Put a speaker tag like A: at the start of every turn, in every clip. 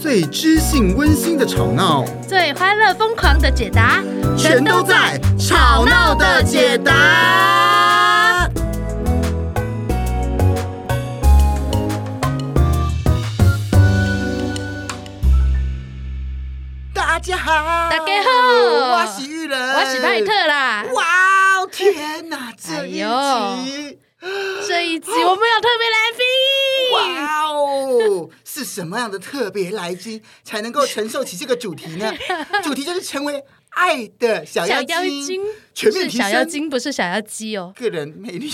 A: 最知性温馨的吵闹，
B: 最欢乐疯狂的解答，
A: 全都在《吵闹的解答》。大家好，
B: 大家好
A: 我是玉人，
B: 我是派特啦。
C: 呃
A: 哇哦，天哪，这一
B: 哎
A: 集，
B: 这一集我们有特别来宾，
A: 哇哦，是什么样的特别来宾才能够承受起这个主题呢？主题就是成为爱的小
B: 小
A: 妖
B: 妖精
A: 全面
B: 是
A: 提
B: 小妖
A: 升
B: 精，不是小妖姬哦，
A: 个人魅力。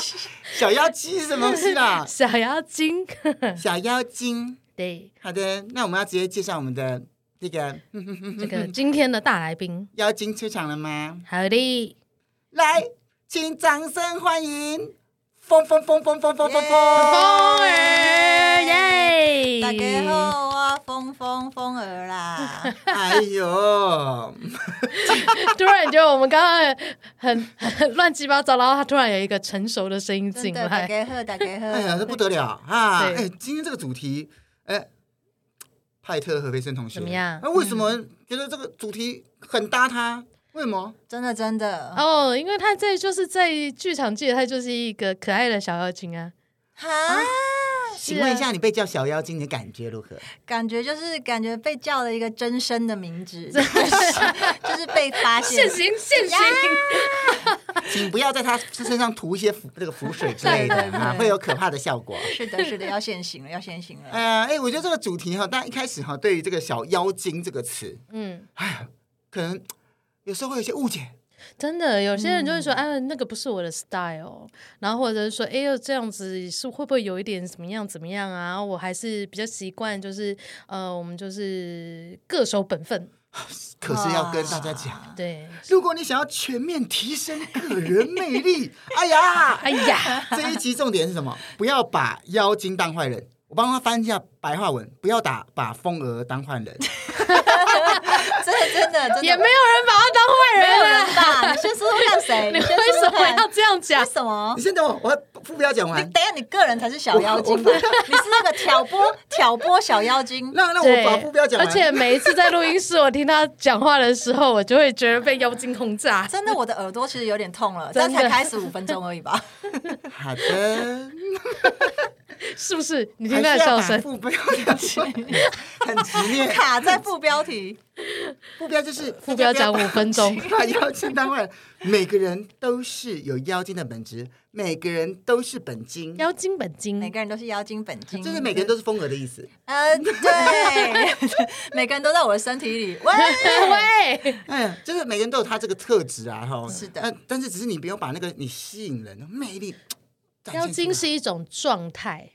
A: 小妖精是什么东西
C: 啊
A: 啦？
B: 小妖精。
A: 小妖精，
B: 对，
A: 好的，那我们要直接介绍我们的那个嗯
B: 这个今天的大来宾，
A: 妖精出场了吗？
B: 好的，
A: 来，请掌声欢迎风风风风风风风风
B: 风儿耶！
C: 大家好啊，风风风儿 啦，
A: 哎呦，
B: 突然觉得我们刚刚很很很 乱七八糟，然后他突然有一个成熟的声音
C: 真
B: 进
C: 的大
B: 来，
C: 家好，大家
A: 哎呀，
C: 好。
A: 这不得了啊！
B: 对
A: 哎，今天这个主题，哎，派特和飞森同学
B: 怎么样
A: 那为什么觉得这个主题很搭他？为什么？
C: 真的真的，
B: 哦，因为他在就是在剧场界，他就是一个可爱的小妖精啊。
C: 哈，
A: 请问一下，你被叫小妖精，你的感觉如何？
C: 感觉就是感觉被叫了一个真身的名字， 就是被发
B: 现。
C: 现
B: 行现行，
A: 请不要在他身上涂一些浮这个浮水之类的
C: 对对对
A: 啊，会有可怕的效果。
C: 是的，是的，要现行了，要现行了。
A: 哎、哎，我觉得这个主题哈，大家一开始哈，对于这个“小妖精”这个词，
B: 嗯，
A: 可能有时候会有一些误解。
B: 真的，有些人就会
A: 嗯
B: 说，哎、那个不是我的 style，然后或者是说，哎呦，这样子是会不会有一点怎么样怎么样啊？我还是比较习惯，就是呃，我们就是各守本分，
A: 可是要跟大家讲，
C: 哇，
B: 对。
A: 如果你想要全面提升个人魅力， 哎呀，
B: 哎 呀，
A: 这一集重点是什么？不要把妖精当坏人。我帮他翻一下白话文，不要打把风儿当坏 人。
C: 真的真的真的，
B: 也没有人啊把他当坏
C: 没
B: 人
C: 有
B: 啊，
C: 人吧？你先说说看 谁？
B: 你
C: 你
B: 为
C: 先说
B: 什
C: 说
B: 么
C: 看
B: 要这样
C: 为
B: 讲？
C: 什么
A: 你？先等我，我还副标讲
C: 你
A: 完。
C: 等一下，你个人才是小妖精吧？你是那个挑拨挑拨小 妖精。
A: 让让
B: 对
A: 我把副标讲
B: 而
A: 完。
B: 且每一次在录音室，我听他讲话的时候，我就会觉得被妖精 轰炸。
C: 真的，我的耳朵其实有点痛了，
B: 真的
C: 但才开始五分钟而已吧。
A: 好 的，
B: 是不是？你听
A: 还
B: 他
A: 是
B: 的
A: 要
B: 笑
A: 把
B: 声，
A: 副标讲完，很执 念。
C: 卡在副标题，
A: 副标就是
B: 副标讲五分钟。
A: 把妖精当坏人。每个人都是有妖精的本质，每个人都是本精，
B: 妖精本精，
C: 每个人都是妖精本精，
A: 嗯就是每个人都是风儿的意思。
C: 呃对， 每个人都在我的身体里。喂，
A: 哎
B: 喂，
A: 嗯，就是每个人都有他这个特质啊，哈。
C: 是的
A: 那但是只是你不用把那个你吸引人的魅力展现出来。啊
B: 妖精是一种状态，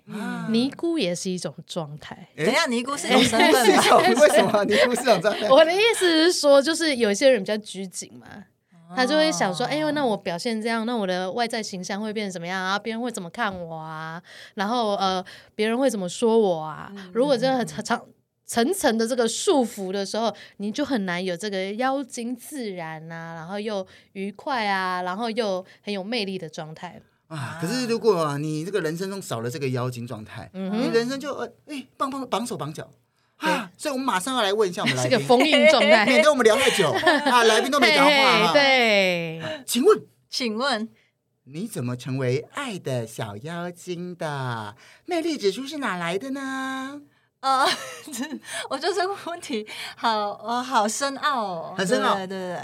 B: 尼姑也是一种状态。
A: 诶
C: 等一下，尼姑是有身份
A: 哎是
C: 吧？
A: 这种为什么你不是这啊 种状态？
B: 我的意思是说，就是有一些人比较拘谨嘛。
A: 哦
B: 他就会想说：“哎呦，那我表现这样，那我的外在形象会变成怎么样啊？别人会怎么看我啊？然后呃，别人会怎么说我啊？
A: 嗯
B: 如果真的很长层层的这个束缚的时候，你就很难有这个妖精自然啊，然后又愉快啊，然后又很有魅力的状态。
A: 啊，可是如果、你这个人生中少了这个妖精状态，
B: 嗯
A: 你人生就呃哎、棒棒绑手绑脚啊。所以我们马上要来问一下我们来
B: 是个
A: 宾，
B: 封印状态。
A: 免得我们聊太久 啊，来宾 都没讲话
B: 嘿
A: 啊。
B: 对，
A: 请问
C: 请问
A: 你怎么成为爱的小妖精的？魅力指数是哪来的呢？
C: 呃，我觉得这个问题好呃好深奥哦，
A: 很深奥
C: 对对对对。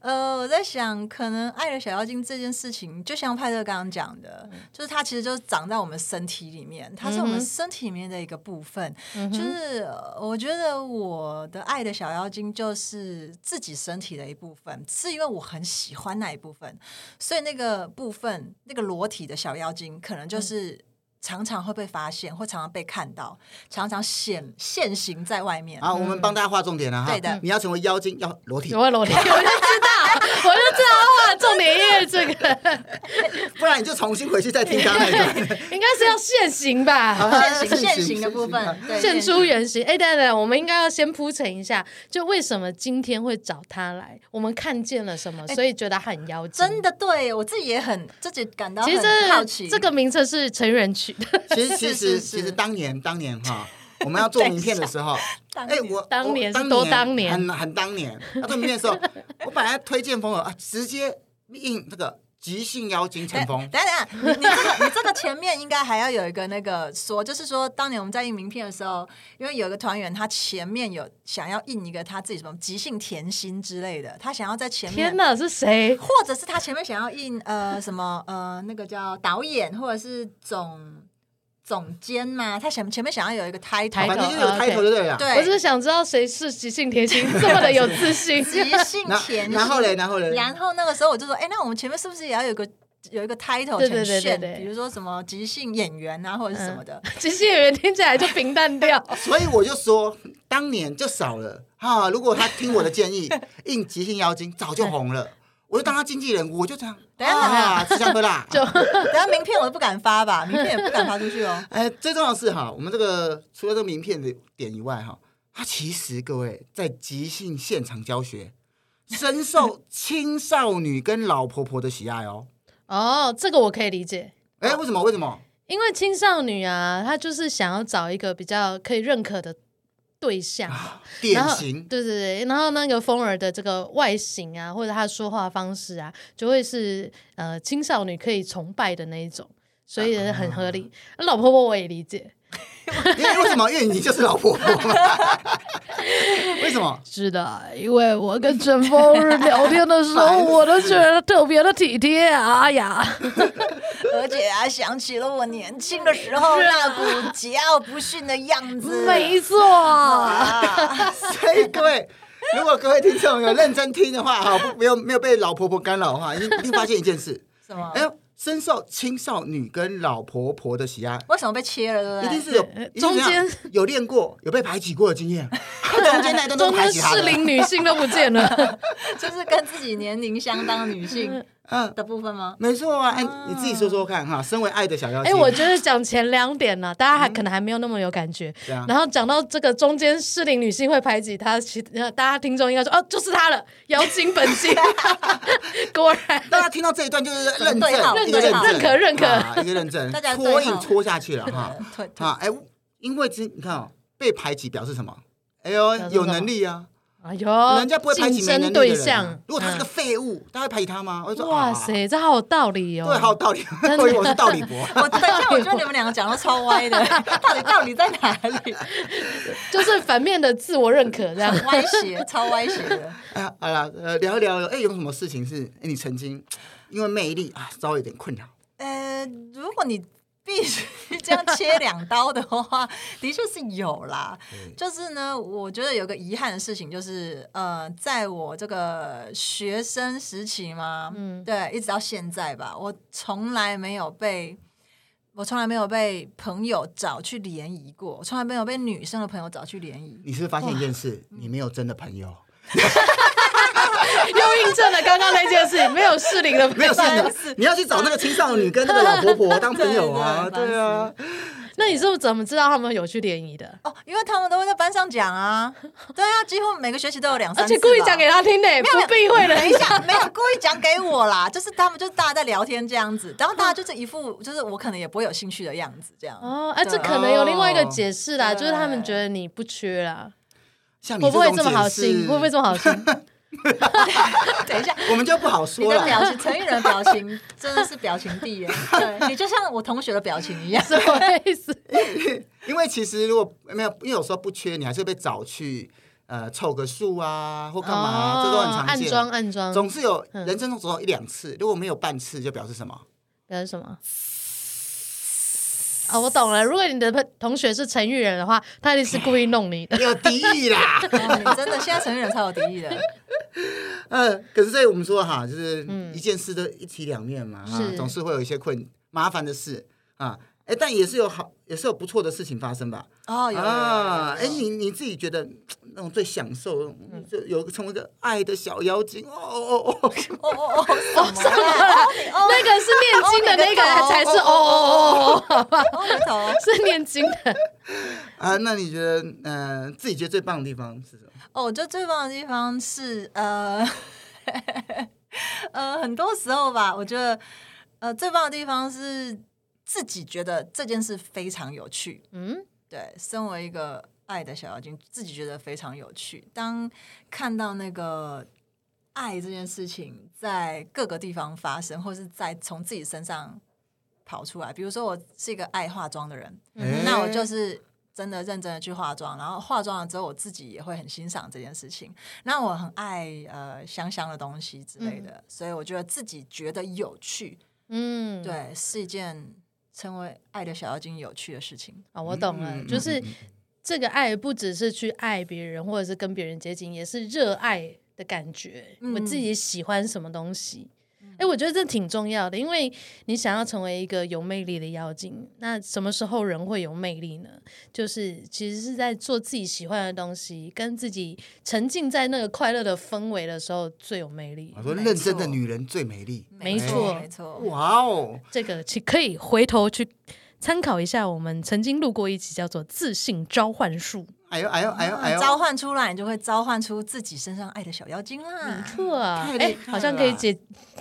C: 呃，我在想，可能爱的小妖精这件事情，就像派特刚刚讲的，就是它其实就是长在我们身体里面，它是我
B: 嗯
C: 们
B: 哼
C: 身体里面的一个部分。
B: 嗯
C: 就
B: 哼
C: 是呃我觉得我的爱的小妖精就是自己身体的一部分，是因为我很喜欢那一部分，所以那个部分那个裸体的小妖精可能就是常常会被发现，或常常被看到，常常显现形在外面。
B: 嗯
A: 啊，我们帮大家画重点了哈。
C: 对的
A: 你要成为妖精要裸体，
B: 我裸体，我就知道，我就知道哇，重点因为这个
A: 不然你就重新回去再听刚才的。
B: 应该是要现行 吧。
A: 啊
C: 现形现形的部分，对
B: 现出原形，哎、等等等，我们应该要先铺陈一下，就为什么今天会找他来？我们看见了什么，所以觉得他很妖精。
C: 哎真的对我自己也很自己感到
B: 其实
C: 很好奇。
B: 这这个名称是成人取的，
A: 其实其实
C: 是是是
A: 其实当年当年哈，我们要做名片的时候，
C: 当
A: 哎，
C: 年
A: 我
B: 当
A: 我
B: 年是
A: 当
B: 多
A: 年
B: 当年
A: 很很当年。他做名片的时候，我本来推荐风格啊，直接印这个即兴妖精成风
C: 等。等下等下，你你这个你这个前面应该还要有一个那个说，就是说当年我们在印名片的时候，因为有一个团员他前面有想要印一个他自己什么即兴甜心之类的，他想要在前面
B: 天。哪，是谁？
C: 或者是他前面想要印呃什么呃那个叫导演或者是总总监嘛，他前前面想要有一个哎 title，
B: 抬头
A: 反正就是有
B: 啊
A: 开头就对了。
B: 我只是
C: 对，
B: 想知道谁是即兴甜心，这么的有自 信。
C: 即 兴
A: 然
C: 前
A: 然后嘞，然后嘞，
C: 然后那个时候我就说，哎、那我们前面是不是也要有个有一个 title
B: 对对对
C: 呈
B: 对
C: 现？
B: 对嗯
C: 比如说什么即兴演员啊，或者是什么的。
B: 即兴演员听起来就平淡掉，
A: 所以我就说，当年就少了哈、如果他听我的建议，印即兴妖精早就红了。我就当他经纪人，我就这样，
C: 等一下
A: 啊，吃香喝辣。
B: 就
C: 等下名片我都不敢发吧，名片也不敢发出去哦。
A: 哎，最重要的是哈，我们这个除了这个名片的点以外哈，它其实各位在即兴现场教学，深 受青少女跟老婆婆的喜爱哦。
B: 哦，这个我可以理解。
A: 哎，为什么？为什么？
B: 因为青少女啊，她就是想要找一个比较可以认可的对
A: 啊
B: 象嘛，
A: 典
B: 然后
A: 型
B: 对对对，然后那个风儿的这个外形啊，或者她说话方式啊，就会是呃青少女可以崇拜的那一种，所以很合理。
A: 啊
B: 老婆婆我也理解，
A: 因为为什么？因为你就是老婆婆嘛。为什么？
B: 是的，因为我跟陈风 儿聊天的时
A: 烦死
B: 都觉得特别的体贴啊，哎呀，
C: 而且啊，想起了我年轻的时候那股桀骜不驯的 样子。
B: 错，
C: 啊，
A: 所以各位，如果各位听众有认真听的话，哈，不没有没有被老婆婆干扰的话，一定一定发现一件事，
C: 什
B: 哦
C: 么？
A: 哎呦，深受青少女跟老婆婆的喜爱。
C: 为什么被切了？
A: 一
C: 对不
A: 定
C: 对？
A: 是有
B: 对
A: 一定是怎样有练过，有被排挤过的经 验，中间那一段 都
B: 中
A: 排
B: 间
A: 挤他
B: 适
A: 的。
B: 龄女性都不见了，
C: 就是跟自己年龄相当的女性
A: 嗯，
C: 的部 分吗？
A: 没错啊，哎，你自己说说看哈，身为爱的小妖
B: 哎、
A: 精，
B: 我觉得讲前两点呢、大家
A: 嗯
B: 还可能还没有那么有感觉。
A: 这样
B: 然后讲到这个中间适龄女性会排挤她，其呃大家听众应该说哦，就是她了，妖精本性， 果然
A: 大家听到这一段就是认证
C: 对号，
A: 一个
C: 认
A: 认证，
C: 可
B: 认可认可
A: 啊一个认证
C: 大家，对号
A: 戳硬戳下去了哈
C: 对对
A: 啊，哎，因为之你看哦，被排挤表示什么？哎呦
B: 表示，什
A: 有
B: 么
A: 能力啊，
B: 哎呦，
A: 人家不会排挤
B: 竞
A: 没能
B: 争
A: 力的
B: 对
A: 人
B: 象
A: 啊。。如果他是个
B: 嗯
A: 废物，大家会排挤他吗？我就说
B: 哇
A: 啊
B: 塞，这好有道理哦。
A: 对，好有道理，
B: 真的
A: 我以为我是道理博。
C: 我等一下，我觉得你们两个讲的超歪的， 到底到底在哪里？
B: 就是反面的自我认可这样。
C: 歪斜，超歪斜的。
A: 哎呀，好了，呃，聊一聊，哎，有什么事情是哎你曾经因为魅力啊稍微有点困扰？
C: 呃，如果你必须 这样切两刀的话，的确是有啦。就是呢，我觉得有个遗憾的事情，就是呃，在我这个学生时期嘛，
B: 嗯
C: 对，一直到现在吧，我从来没有被。我从来没有被朋友找去联谊过，我从来没有被女生的朋友找去联谊。
A: 你是不是发现一件事，你没有真的朋友，
B: 嗯又印证了刚刚那件事，没有适龄的
A: 没有是
C: 烦
A: 你
C: 死
A: 你要去找那个青少女跟那个老婆婆当朋友 啊，
C: 对对
A: 对啊，
B: 那你是不是怎么知道他们有去联谊的？
C: 哦，因为他们都会在班上讲啊，对啊，几乎每个学期都有两三
B: 而
C: 次吧，
B: 且故意讲给他听的，不避讳的
C: 等一下，没有故意讲给我啦， 就是他们就大家在聊天这样子，然后大家就是一副就是我可能也不会有兴趣的样子这样。
B: 哦，哎、
C: 对
B: 这可能有另外一个解释啦，
C: 哦
B: 就是他们觉得你不缺啦，
A: 像你
B: 会不会
A: 种
B: 这么好
A: 解
B: 心？
A: 释
B: 会不会这么好 心？
C: 等一下，
A: 我们就不好
C: 你
A: 说
C: 的
A: 了。
C: 表情，陈玉仁的表情真的是表情帝耶，对你就像我同学的表情一 样。
B: 什么意思？
A: 因为其实如果没有，因为有时候不缺，你还是被找去呃凑个数啊，或干嘛啊，这都很常
B: 哦暗
A: 见。
B: 装嗯暗装，
A: 总是有人生中总有一两次，如果没有半次，就表示什么？
B: 表示什么？啊、我懂了。如果你的朋同学是陈玉人的话，他一定是故意弄你 的。
A: 有敌意啦。
C: 哦、你真 的，现在陈玉仁超有敌意的，
A: 嗯，可是所以我们说哈，就是
C: 嗯
A: 一件事都一体两面嘛，哈
B: 是，
A: 总是会有一些困麻烦的事啊。哎，但也是有好，也是有不错的事情发生吧？
C: 哦，有有有
A: 啊，
C: 有
A: 哎，你你自己觉得嗯那种最享受，就有成为一个爱的小妖精哦哦 哦，哦
C: 哦哦哦，什么 啦？
B: 那个是念经的那个才是哦哦哦哦，
C: 哦，你头。
B: 是念经的。
A: 啊，那你觉得嗯，自己觉得最棒的地方是什么？
C: 哦，我觉得最棒的地方是呃 呃，很多时候吧，我觉得呃最棒的地方是自己觉得这件事非常有趣。
B: 嗯，
C: 对，身为一个爱的小妖精，自己觉得非常有趣。当看到那个爱这件事情在各个地方发生，或是在从自己身上跑出来，比如说我是一个爱化妆的人，
A: 哎
C: 那我就是。真的认真的去化妆，然后化妆了之后，我自己也会很欣赏这件事情。那我很爱呃香香的东西之类的，
A: 嗯
C: 所以我觉得自己觉得有趣，
B: 嗯，
C: 对，是一件成为爱的小妖精有趣的事情。
B: 啊，我懂了，
A: 嗯
B: 就是这个爱不只是去爱别人，或者是跟别人接近，也是热爱的感觉。
C: 嗯
B: 我自己喜欢什么东西，哎、我觉得这挺重要的，因为你想要成为一个有魅力的妖精，那什么时候人会有魅力呢？就是其实是在做自己喜欢的东西，跟自己沉浸在那个快乐的氛围的时候最有魅力
A: 我。说认真的女人最美丽。
B: 没错
C: 哎没错。
A: 哇哦，
B: 这个其可以回头去参考一下，我们曾经录过一集叫做《自信召唤术》。
A: 哎呦哎呦哎呦哎呦，
C: 召唤出来，你就会召唤出自己身上爱的小妖精啦。
B: 错啊，
A: 太厉
B: 哎、
A: 害
B: 好像
A: 了
B: 可以解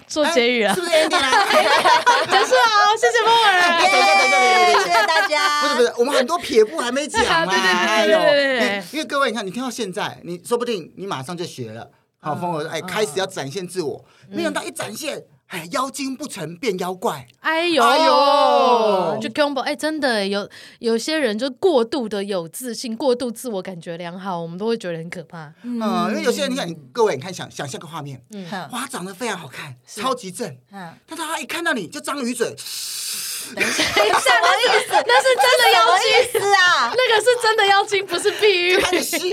B: 做
A: 哎
B: 结语啊
A: 是，不是 Andy 来？
B: 结束啊，谢谢莫
A: 哎
B: 文。
C: 耶谢谢大家。
A: 不是不是，我们很多撇步还没讲 啊！
B: 对对对
A: 哎呦
B: 啊对对对
A: 因为因为各位，你看，你听到现在，你说不定你马上就学了。好，风儿，哎，
B: 嗯
A: 开始要展现自我，没想到一展现，哎，妖精不成变妖怪。
B: 哎呦，
A: 哎呦
B: 就 combo，哎，真的有有些人就过度的有自信，过度自我感觉良好，我们都会觉得很可怕。
A: 嗯，因为有些人，你看，你各位，你看，想想象个画面，
B: 嗯
C: 哼，
A: 哇，长得非常好看，超级正，
C: 嗯，
A: 但他一看到你就张鱼 嘴，
B: 等一下，那是 那是真的妖精，
C: 意思 啊，
B: 那个是真的妖精，不是碧 玉。
A: 开始吸，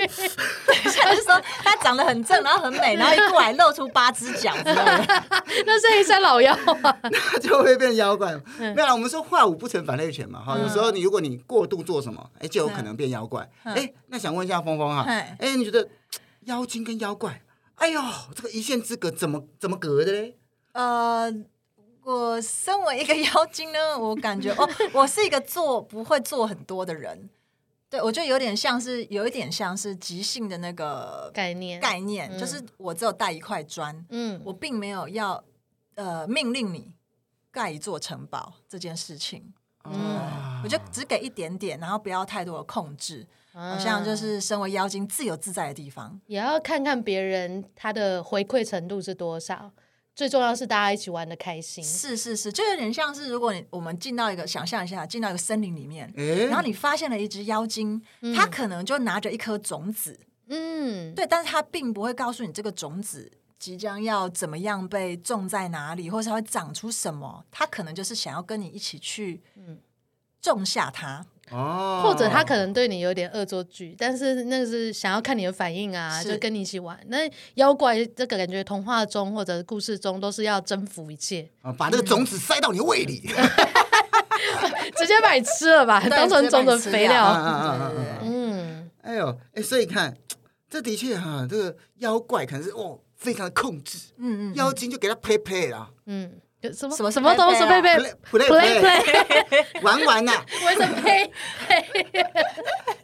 C: 他就说他长得很正，然后很美，然后一过来露出八只脚之类的，
B: 那是黑山老妖啊！
A: 他就会变妖怪。没有啦，我们说化武不成反类犬嘛，哈，有时候你如果你过度做什么，哎，就有可能变妖怪。哎，那想问一下峰峰哈，
C: 嗨
A: 哎，你觉得妖精跟妖怪，哎呦，这个一线之隔怎么怎么隔的嘞？
C: 呃。我身为一个妖精呢，我感觉哦， 我是一个做不会做很多的人，对我觉得有点像是有一点像是即兴的那 个
B: 概念，
C: 概念，
B: 嗯
C: 就是我只有带一块砖，
B: 嗯，
C: 我并没有要呃命令你盖一座城堡这件事情，
A: 啊
C: 我就只给一点点，然后不要太多的控制，
B: 好
C: 好像就是身为妖精自由自在的地方。
B: 啊也要看看别人他的回馈程度是多少，最重要是大家一起玩的开心。
C: 是是是，就有点像是如果你我们进到一个想象一下，进到一个森林里面。
A: 哎，
C: 然后你发现了一只妖精，
B: 嗯
C: 它可能就拿着一颗种子，
B: 嗯，
C: 对，但是它并不会告诉你这个种子即将要怎么样被种在哪里，或是它会长出什么。它可能就是想要跟你一起去
B: 嗯
C: 种下它。
A: 哦，
B: 或者他可能对你有点恶作剧，但是那个是想要看你的反应啊，
C: 是
B: 就跟你一起玩。那妖怪这个感觉，童话中或者是故事中都是要征服一切，
A: 啊把那个种子塞到你的胃里。
B: 直接把你吃了吧，当成种的肥料。
A: 嗯嗯嗯
C: 对
B: 嗯，
A: 哎呦，哎，所以看，这的确哈，这个妖怪可能是哦，非常的控制，
C: 嗯嗯，
A: 妖精就给他 play play 啦
B: 嗯，有什么
C: 什么是
B: 什么东西
C: 贝
B: 贝
C: 贝
B: 贝
A: ，play play
B: play play，
A: 玩玩呐
B: 我怎么配？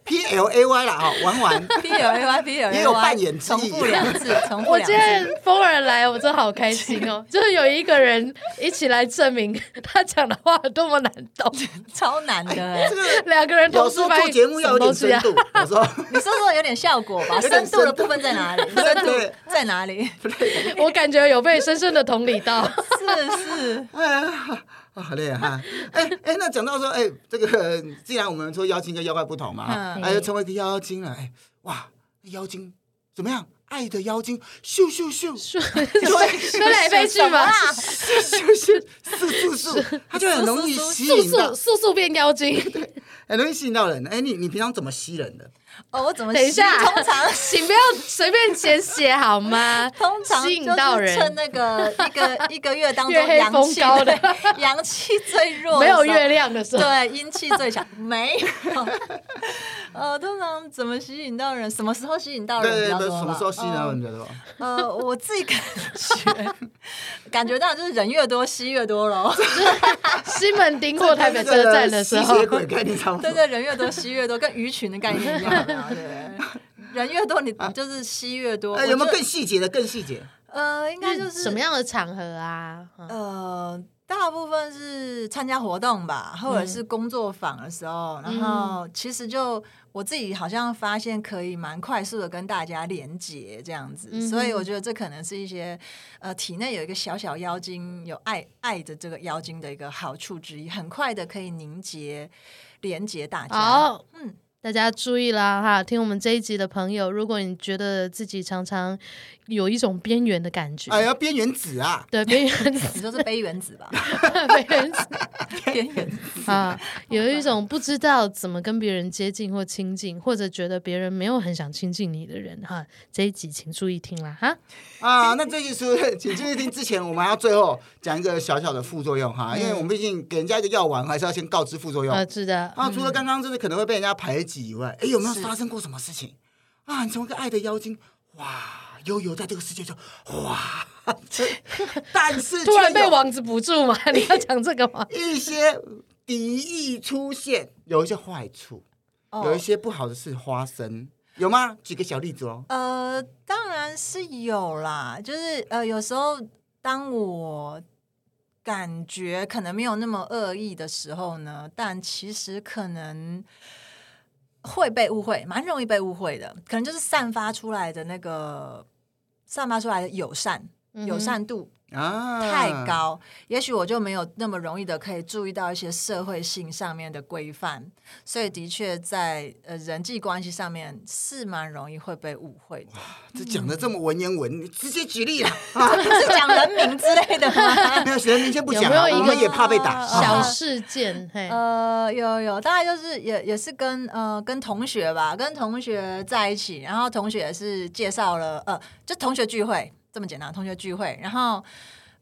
A: ，P L A Y 啦，哈，玩玩。
C: P L A Y P L A Y，
A: 也有扮演之
C: 重
A: 意
C: 复两次，重复
B: 我
C: 两
B: 今
C: 次。
B: 天风儿来，我真的好开心哦！就是有一个人一起来证明他讲的话多么难懂，
C: 超难的
A: 哎
B: 哎
C: 欸
A: 这。个
B: 两个 人同
A: 有时
B: 时
A: 候
B: 发
A: 做
B: 现
A: 节目要有点
B: 啊
A: 深度，有时候
C: 你说说有点效果吧？
A: 有点
C: 深度的
A: 深度
C: 部分在哪里？
A: 对
C: 深
A: 对
C: 度在哪里？
B: 我感觉有被深深的同理到。
C: 是是，
A: 哎呀， 好累啊！哈哎哎，那讲到说，哎，这个既然我们说妖精跟妖怪不同嘛，哈
C: 嗯
A: 哎，又成为一个妖精了，哎，哇，那妖精怎么样？爱的妖精，咻咻咻，
B: 说说来飞去
C: 啊
B: 嘛，
A: 咻咻咻，速速速，它就很容易吸
B: 速
A: 引到
B: 速，速速变妖 精，
A: 很容易吸引到人。哎，你你平常怎么吸人的？
C: 哦，我怎么
B: 等一下
C: 吸通常
B: 请不要随便填写好吗？
C: 通常
B: 吸引
C: 就是
B: 到人
C: 趁那 个一个一个月当中
B: 月黑
C: 阳
B: 风
C: 气
B: 高的
C: 对阳气最 弱，
B: 没有月。亮的时候，
C: 对，阴气最强，没有。呃，通常怎么吸引到人？什么时候吸引到
A: 对
C: 人
A: 对
C: 比较
A: 对，
C: 多吧？
A: 什么时候吸引
C: 嗯
A: 到人比较多？
C: 呃，我自己感觉感觉到就是人越多吸越 多喽，
B: 西门町或台北车站的时
A: 吸
B: 候
A: 血，鬼概念差不多
C: 对。对，人越多吸越多，跟鱼群的概念一样，啊对不对？人越多，你你就是吸越多。
A: 哎，
C: 我
A: 有没
C: 觉
A: 有
C: 得
A: 更细节的？更细节？
C: 呃，应该就是
B: 什么？样的场合啊？嗯
C: 呃，大部分是参加活动吧，或者是
B: 嗯
C: 工作坊的时候，然后其实就我自己好像发现可以蛮快速的跟大家连接这样子，
B: 嗯哼
C: 所以我觉得这可能是一些呃体内有一个小小妖精，有爱爱的这个妖精的一个好处之一，很快的可以凝结连接大家。
B: 好，
C: 嗯，
B: 大家注意啦哈！听我们这一集的朋友，如果你觉得自己常常有一种边缘的感觉，
A: 哎呀，边缘子啊，
B: 对边缘 子
C: 你说是非原子 吧？
B: 边缘 子
C: 边缘 子
B: 啊，有一种不知道怎么跟别人接近或亲近，或者觉得别人没有很想亲近你的人哈，这一集请注意听啦哈。
A: 啊，那这一书， 请注意听之前，我们还要最后讲一个小小的副作用哈，因为我们毕竟给人家一个药丸，还是要先告知副作用
B: 啊，是的，
A: 啊。除了刚刚就是可能会被人家排挤以外，哎，有没有发生过什么事情啊？你从一个爱的妖精，哇，悠游在这个世界上，哇，这但是哦
B: 突然
A: 却
B: 被
A: 有
B: 网子捕住嘛？ 你要讲这个 吗？
A: 一些敌意出现，有一些坏处，
C: 哦
A: 有一些不好的事发生，有吗？举个小例子哦。
C: 呃，当然是有啦，就是呃，有时候当我感觉可能没有那么恶意的时候呢，但其实可能会被误会，蛮容易被误会的，可能就是散发出来的那个散发出来的友善、
B: 嗯
C: 友善度
A: 啊，
C: 太高，也许我就没有那么容易的可以注意到一些社会性上面的规范，所以的确在呃人际关系上面是蛮容易会被误会的。
A: 这讲的这么文言文，你直接举例了。
C: 是讲人名之类的 吗？
A: 没有，人名先不
B: 有
A: 讲
B: 没
A: 啊，
B: 有一
A: 我们
B: 个
A: 也怕被打。
B: 小
A: 啊
B: 事件，嗯哦 嘿，
C: 呃，有有，大概就是也也是跟呃跟同学吧，跟同学在一起，然后同学也是介绍了呃，就同学聚会这么简单，同学聚会，然后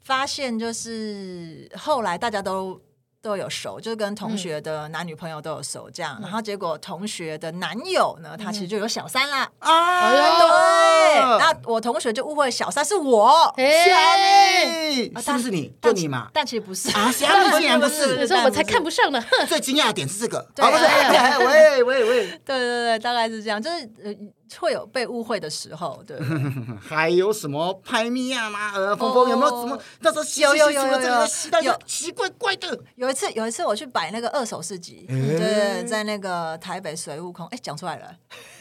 C: 发现就是后来大家都都有熟，就是跟同学的男女朋友都有熟这
A: 嗯
C: 样，然后结果同学的男友呢，他其实就有小三啦，
A: 啊，
C: 对，那我同学就误会小三是我，
B: 哎，
A: 虾米，
C: 啊
A: 是
C: 但
A: 不是你？就
C: 但
A: 你嘛？
C: 但其实不是
A: 啊，虾米竟然 不是，
B: 有时候我才
C: 不是
B: 看不上呢， 哼
A: 最惊讶的点是这个。
C: 对
A: 啊，不是，哎喂喂喂，
C: 对对对，大概是这样，就是呃会有被误会的时候， 对，
A: 还有什么拍咪呀吗？呃，峰峰有没有什么
C: 哦？
A: 到时候吸
C: 有
A: 吸
C: 有
A: 吸
C: 有
A: 什么
C: 有
A: 这个
C: 有
A: 吸到一个
C: 有
A: 奇怪怪的，
C: 有一次有一次我去摆那个二手市集，
A: 嗯
C: 对，在那个台北水务空，哎，讲出来 了，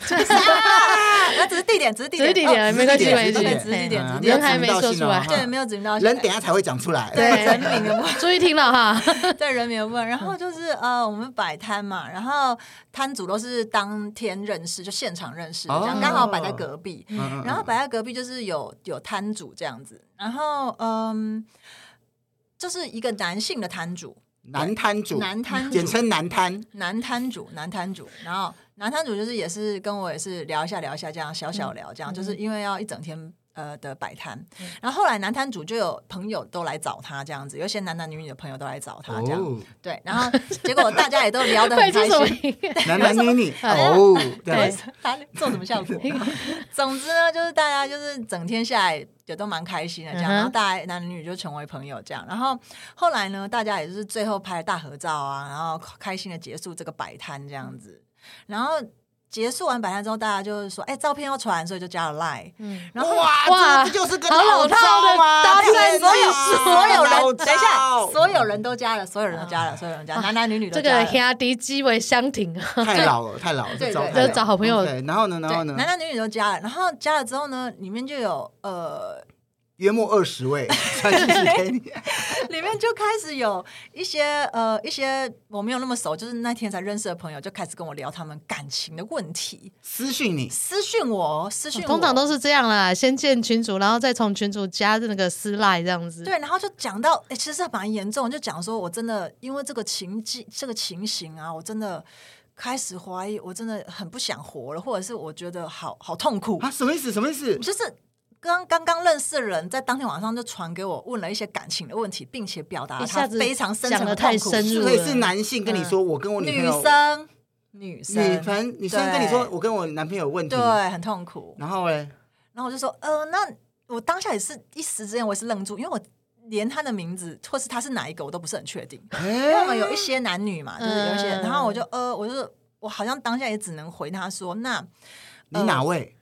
C: 就是啊那只是地点，只是地
B: 只是
C: 点，
B: 地
C: 哦
B: 点，没关系，
A: 指
B: 没
A: 点啊
B: 关
C: 指
B: 系
C: 点指点
B: 嘿，
C: 指点
B: 人还没说出来
A: 指点，
C: 对，没有指名道
A: 嗯
C: 姓，
A: 人等一下才会讲出来。
C: 对
B: 对
C: 人名的部分
B: 注意听了哈。
C: 对人民的问，然后就是呃，我们摆摊嘛，然后摊主都是当天认识，就现场认识的，这样
A: 哦
C: 刚好摆在隔壁，
A: 嗯
C: 然后摆在隔壁就是有有摊主这样子，然后嗯，就是一个男性的摊主，
A: 男摊主，嗯
C: 男摊
A: 简
C: 主，
A: 称男摊，
C: 男摊主，男摊主，然后男摊主就是也是跟我也是聊一下聊一下这样小
A: 嗯
C: 小聊这样，就是因为要一整天。呃的摆摊，然后后来男摊主就有朋友都来找他这样子，有一些男男女女的朋友都来找他这样，
A: 哦，
C: 对，然后结果大家也都聊得
B: 会
C: 很
B: 出
C: 开
B: 什么
C: 心。
B: 音？
A: 男男女女，
B: 哎
A: 哦，这样
C: 对
A: 子，
C: 他做什 么效果？ 总之呢，就是大家就是整天下来也都蛮开心的，这样，
B: 嗯哼
C: 然后大家男女就成为朋友这样。然后后来呢，大家也就是最后拍了大合照啊，然后开心的结束这个摆摊这样子。然后结束完摆摊之后，大家就是说，哎，照片要传，所以就加了 Line。
B: 嗯，
C: 然后
A: 哇，
B: 哇
A: 这不就是个
B: 好老
A: 招
B: 套的
A: 吗？
B: 搭配
A: 天
C: 所有
A: 哪
C: 所有
A: 老
C: 人，等一下，
A: 招
C: 所有人都加了，所有人都加了，所有人都加了，男男女女都
B: 啊哦这
C: 加
B: 个
C: 了。
B: 兄弟鸡尾相挺啊，
A: 太老了，太老了，
C: 对
A: 这招
C: 对
A: 太老了
B: 就找好朋友
A: OK，然后呢，然
C: 对，
A: 后呢
C: 男，男女女都加了，然后加了之后呢，里面就有呃，
A: 约莫二十 位传信息给你，
C: 里面就开始有一些呃一些我没有那么熟，就是那天才认识的朋友，就开始跟我聊他们感情的问题，
A: 私讯你，
C: 私讯我，私讯我，
B: 哦通常都是这样啦，先建群主，然后再从群主加那个私赖这样子。
C: 对，然后就讲到，哎、其实还蛮严重，就讲说我真的因为这个情境这个情形啊，我真的。开始怀疑，我真的很不想活了，或者是我觉得好好痛苦
A: 啊，什么意思？什么意思？
C: 就是刚刚刚认识的人，在当天晚上就传给我问了一些感情的问题，并且表达
B: 一下
C: 他
B: 子
C: 非常深
B: 讲
C: 层
B: 得
C: 的
B: 太
C: 痛苦。
B: 深入
A: 所以是男性跟你说，我跟我女朋
C: 女
A: 友，
C: 生，嗯女
A: 女
C: 生，
A: 朋女生跟你说，我跟我男朋友有
B: 嗯
A: 问题，
C: 对，很痛苦。
A: 然后嘞，
C: 然后我就说，呃，那我当下也是一时之间我也是愣住，因为我连他的名字或是他是哪一个我都不是很确定，因
A: 哎
C: 为我们有一些男女嘛，就是有一些，
B: 嗯
C: 然后我就呃，我就我好像当下也只能回他说，那。
A: 你哪 位？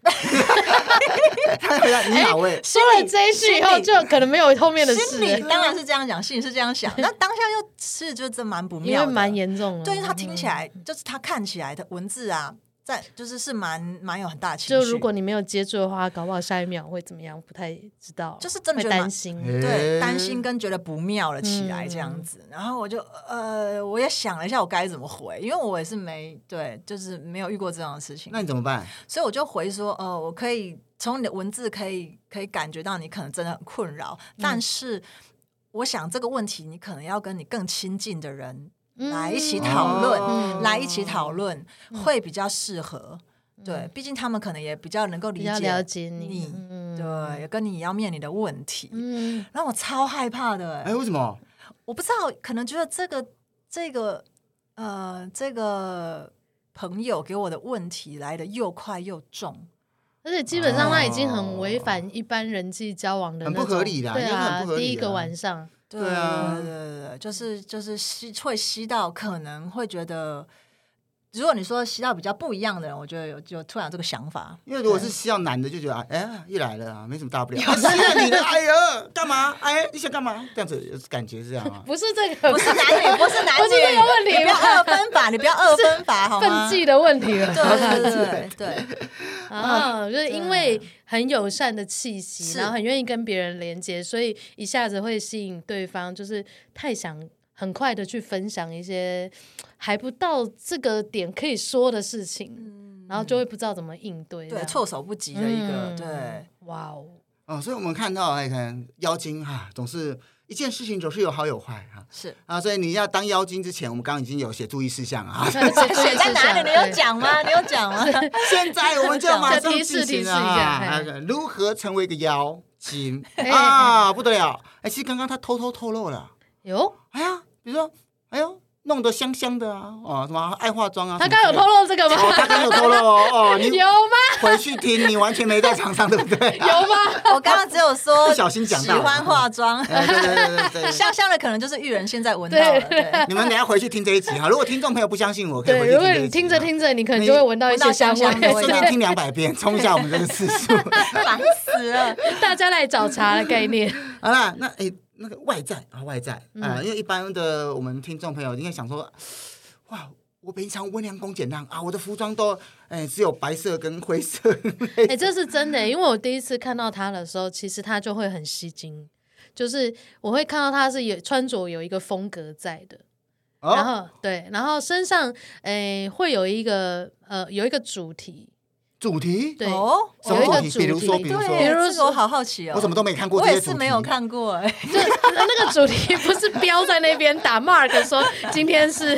A: 他回答你哪位？
B: 说了这一句以后，
C: 心里
B: 就可能没有后面的事
C: 心里
B: 了，
C: 当然是这样讲，心里是这样想，那当下又是就这蛮不
B: 因为
C: 妙的，
B: 蛮严嗯重啊的。
C: 对，因为他听起来就是他看起来的文字啊，在就是是蛮蛮有很大的情
B: 就
C: 绪，
B: 如果你没有接住的话，搞不好下一秒会怎么样，不太知道，
C: 就是真
B: 会
C: 的觉得
B: 担
C: 蛮
B: 心。
A: 哎
C: 对担心跟觉得不妙了起来这样
B: 嗯
C: 子，然后我就呃我也想了一下我该怎么回，因为我也是没对就是没有遇过这样的事情，
A: 那你怎么办？
C: 所以我就回说，呃，我可以从你的文字可以可以感觉到你可能真的很困扰，
B: 嗯
C: 但是我想这个问题你可能要跟你更亲近的人来
B: 嗯
C: 一起讨论，
A: 哦
C: 来一起讨论、会比较适合。对，毕竟他们可能也比较能够
B: 嗯
C: 理
B: 比
C: 解
B: 较了解你，
C: 你，
B: 嗯
C: 对，也跟你要面临的问题。
B: 嗯，
C: 然后我超害怕的、欸，
A: 哎，为什么？
C: 我不知道，可能觉得这个这个呃这个朋友给我的问题来的又快又重。
B: 而且基本上他已经很违反一般人际交往的那种，
A: 很不合理啦
B: 对
A: 因为
B: 啊，
A: 很不合理啊
B: 第一个晚上，
C: 对
A: 对啊
C: 对对对对，就是就是吸会吸到，可能会觉得，如果你说吸到比较不一样的人，我觉得有就突然有这个想法。
A: 因为如果是西药男的，就觉得哎哎，又来了啊，没什么大不了。啊西药女的，哎呀，干嘛？哎，你想干嘛？这样子感觉是这样 啊。
B: 不是这个，
C: 不是男女，不是男
B: 不
C: 女，
B: 是这个问题吧
C: 你不要二分法，你不要二分法，好
B: 分
C: 吗？
B: 际的问题了
C: 对啊对对对对，
B: 啊，就是因为很友善的气息，
C: 是
B: 然后很愿意跟别人连接，所以一下子会吸引对方，就是太想很快的去分享一些还不到这个点可以说的事情，然后就会不知道怎么应对，这
C: 嗯对
B: 样
C: 措手不及的一个，
B: 嗯
C: 对，
B: 哇哦，
A: 哦，所以我们看到哎，可能妖精哈、啊，总是一件事情总是有好有坏哈。
C: 是。
A: 啊，所以你要当妖精之前，我们刚刚已经有写注意事项 啊。
C: 写在哪里？你有讲吗？你有讲吗？
A: 现在我们就马上进
B: 提示
A: 行
B: 提示一
A: 了
B: 下
A: 啊
B: 嘿，
A: 如何成为一个妖精
B: 哎
A: 啊，不得了！哎，其实刚刚他偷偷透露了，
B: 有
A: 哎呀，比如说，哎呦，弄得香香的啊，哦，什么爱化妆啊，
B: 他刚有透
A: 露，
B: 露这个吗？
A: 哦，他刚有透露哦，哦，你
B: 有啊吗？
A: 回去听，你完全没在场上，对不 对？
B: 有吗？
C: 我刚刚只有说
A: 不小心讲
C: 喜
A: 到
C: 欢 化妆，
A: 哎对对对对对。
C: 香香的可能就是玉人现在闻到了，
B: 对
C: 对，
A: 你们等一下回去听这一集哈，如果听众朋友不相信我，可以回
B: 对，
A: 去
B: 如果
A: 这
B: 你
A: 一集
B: 听着
A: 啊
B: 听着，你可能就会闻到一些香
C: 闻到香香的
B: 味。
C: 味
A: 顺便听两百遍，冲一下我们这个次数。
C: 烦死了。
B: 大家来找茬的概念，
A: 好啦，啊那诶、那个外在啊，外在啊、因为一般的我们听众朋友应该想说，哇，我平常温良恭俭让啊，我的服装都诶、只有白色跟灰色，
B: 哎、这是真的、因为我第一次看到他的时候，其实他就会很吸睛，就是我会看到他是有穿着有一个风格在的，然
A: 哦，
B: 后对，然后身上诶、会有一个呃有一个主题，
A: 主题
B: 对，
C: 哦，
A: 什么
B: 有一
A: 主题？
B: 个主
A: 比如说，
B: 题
A: 比如说
C: 对，，
B: 如
C: 这个我好好奇哦，
A: 我怎么都没看过
C: 我
A: 这些
C: 也
A: 主
C: 是
A: 题，
C: 没有看过哎，
B: 就呃那个 主题不是标在那边打 mark 说今天是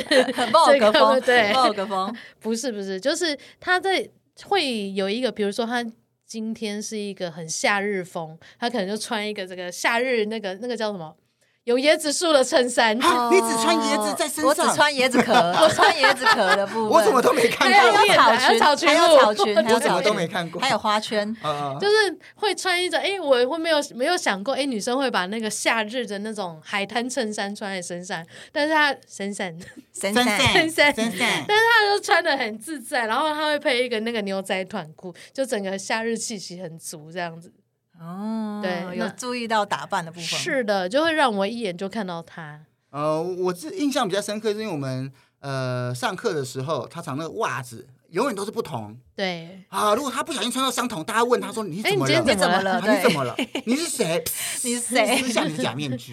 C: 暴
B: 这
C: 格
B: 个
C: 风，
B: 对，
C: 暴格风，
B: 不是不是，就是他在会有一个，比如说他今天是一个很夏日风，他可能就穿一个这个夏日那个那个叫什么有椰子树的衬衫。
A: 啊， 你只穿椰子在身
C: 我只
A: 上，
C: 穿椰 子壳，我穿椰子壳的部啊分，
A: 我怎么都没看
C: 还有
A: 过，
B: 面
C: 草裙，
B: 还有草裙
C: 还有草裙，还有
A: 我怎么
C: 草
A: 都
C: 裙
A: 没看过，
C: 还有花圈，
A: 啊，
B: 就是会穿一种，哎、我会没有没有想过，哎、女生会把那个夏日的那种海滩衬衫穿在身上，但是她身上，
C: 闪
A: 真
C: 闪
A: 善
B: 闪
A: 真善，
B: 但是她都穿的很自在，然后她会配一个那个牛仔短裤，就整个夏日气息很足，这样子。
C: 哦，
B: 对
C: 有
B: 那
C: 注意到打扮的部分，
B: 是的，就会让我一眼就看到她。
A: 呃，我是印象比较深刻，是因为我们呃上课的时候，他常那个袜子永远都是不同。
B: 对，
A: 啊！如果他不小心穿到伤痛，大家问他说：“你
B: 哎
A: 怎么
B: 你今
A: 了？
B: 天怎
C: 怎
B: 么
C: 么
A: 啊
C: 了？
A: 你怎
C: 对，
A: 么了？你是谁？
C: 你是谁
A: 撕下你的假面具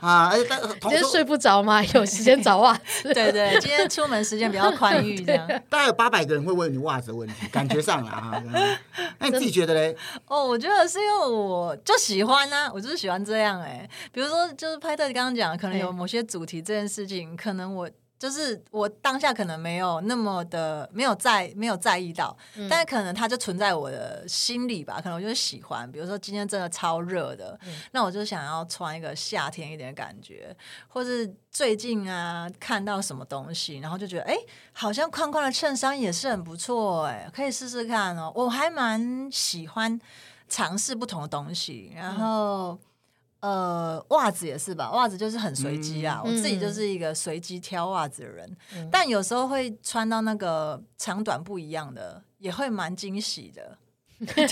A: 啊！而且但同
B: 今天
A: 时
B: 睡不着 吗？有时间找袜 子。
C: 对对，今天出门时间比较宽裕，这样。
A: 大概有八百个人会问你袜子的问题，感觉上了啊。嗯那你自己觉得嘞？
C: 哦，我觉得是因为我就喜欢啊，我就是喜欢这样哎、比如说，就是派特刚刚讲，可能有
B: 哎
C: 某些主题这件事情，可能我就是我当下可能没有那么的没有在没有在意到，但可能它就存在我的心里吧。可能我就是喜欢，比如说今天真的超热的，那我就想要穿一个夏天一点的感觉，或是最近啊看到什么东西，然后就觉得哎、好像宽宽的衬衫也是很不错哎、可以试试看哦。我还蛮喜欢尝试不同的东西，
B: 嗯
C: 然后。呃，袜子也是吧，袜子就是很随机啊。
B: 嗯
C: 我自己就是一个随机挑袜子的人，但有时候会穿到那个长短不一样的也会蛮惊喜 的。对，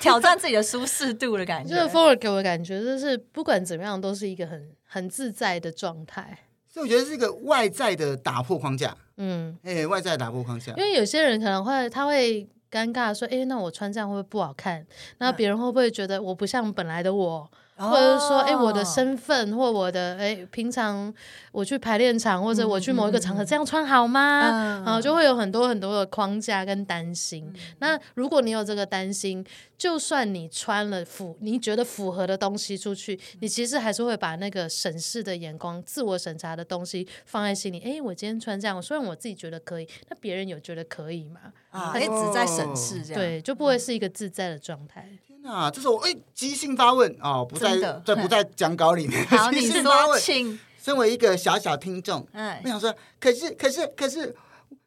C: 挑战自己的舒适度的感
B: 就
C: 觉
B: 是。forward 给我的感觉就是不管怎么样都是一个很很自在的状态。
A: 所以我觉得是一个外在的打破框架，
B: 嗯，
A: 哎、外在的打破框架
B: 因，为有些人可能会他会尴尬说，诶，那我穿这样会不会不好看？那
C: 嗯哦
B: 别人会不会觉得我不像本来的我？
C: 或
B: 或者是说，哎、我的身份或我的哎、平常我去排练场或者我去某一个场合、这样穿好吗？
C: 嗯
B: 啊，就会有很多很多的框架跟担心。那如果你有这个担心，就算你穿了符你觉得符合的东西出去，
C: 嗯
B: 你其实还是会把那个审视的眼光、自我审查的东西放在心里。哎、我今天穿这样，虽然我自己觉得可以，那别人有觉得可以吗？
C: 啊，
A: 哎
C: 一直在审视这样。嗯
B: 对，就不会是一个自在的状态。
A: 天哪、这是我哎即兴发问哦，不在
C: 真的
A: 在不在讲稿里面，
C: 好，
A: 即
C: 你
A: 兴发
C: 说，
A: 问。
C: 请，
A: 身为一个小小听众，
C: 哎
A: 我，想说，可是可是可是，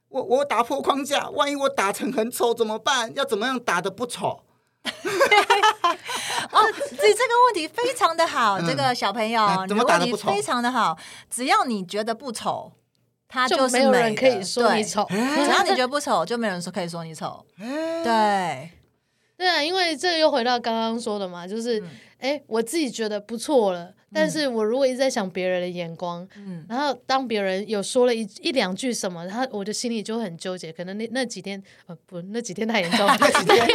A: 我我打破框架，万一我打成很丑怎么办？要怎么样打的不丑？
C: 哦，这这个问题非常的好，
A: 嗯
C: 这个小朋
A: 那
C: 友，
A: 怎
C: 你
A: 么
C: 的
A: 打
C: 问
A: 得
C: 题
A: 不丑
C: 非常的好，只要你觉得不丑，它
B: 就是没有
C: 美
B: 人
C: 的
B: 可以说你
C: 对
B: 丑，
C: 只要你觉得不丑，就没有人说可以说你丑。
A: 嗯
C: 哎对，
B: 对啊，因为这又回到刚刚说的嘛，就是
C: 嗯
B: 哎、诶我自己觉得不错了，但是我如果一直在想别人的眼光，
C: 嗯，
B: 然后当别人有说了一一两句什么，他我的心里就会很纠结。可能那那几天，呃，不，那几天太严重了，
A: 那几天，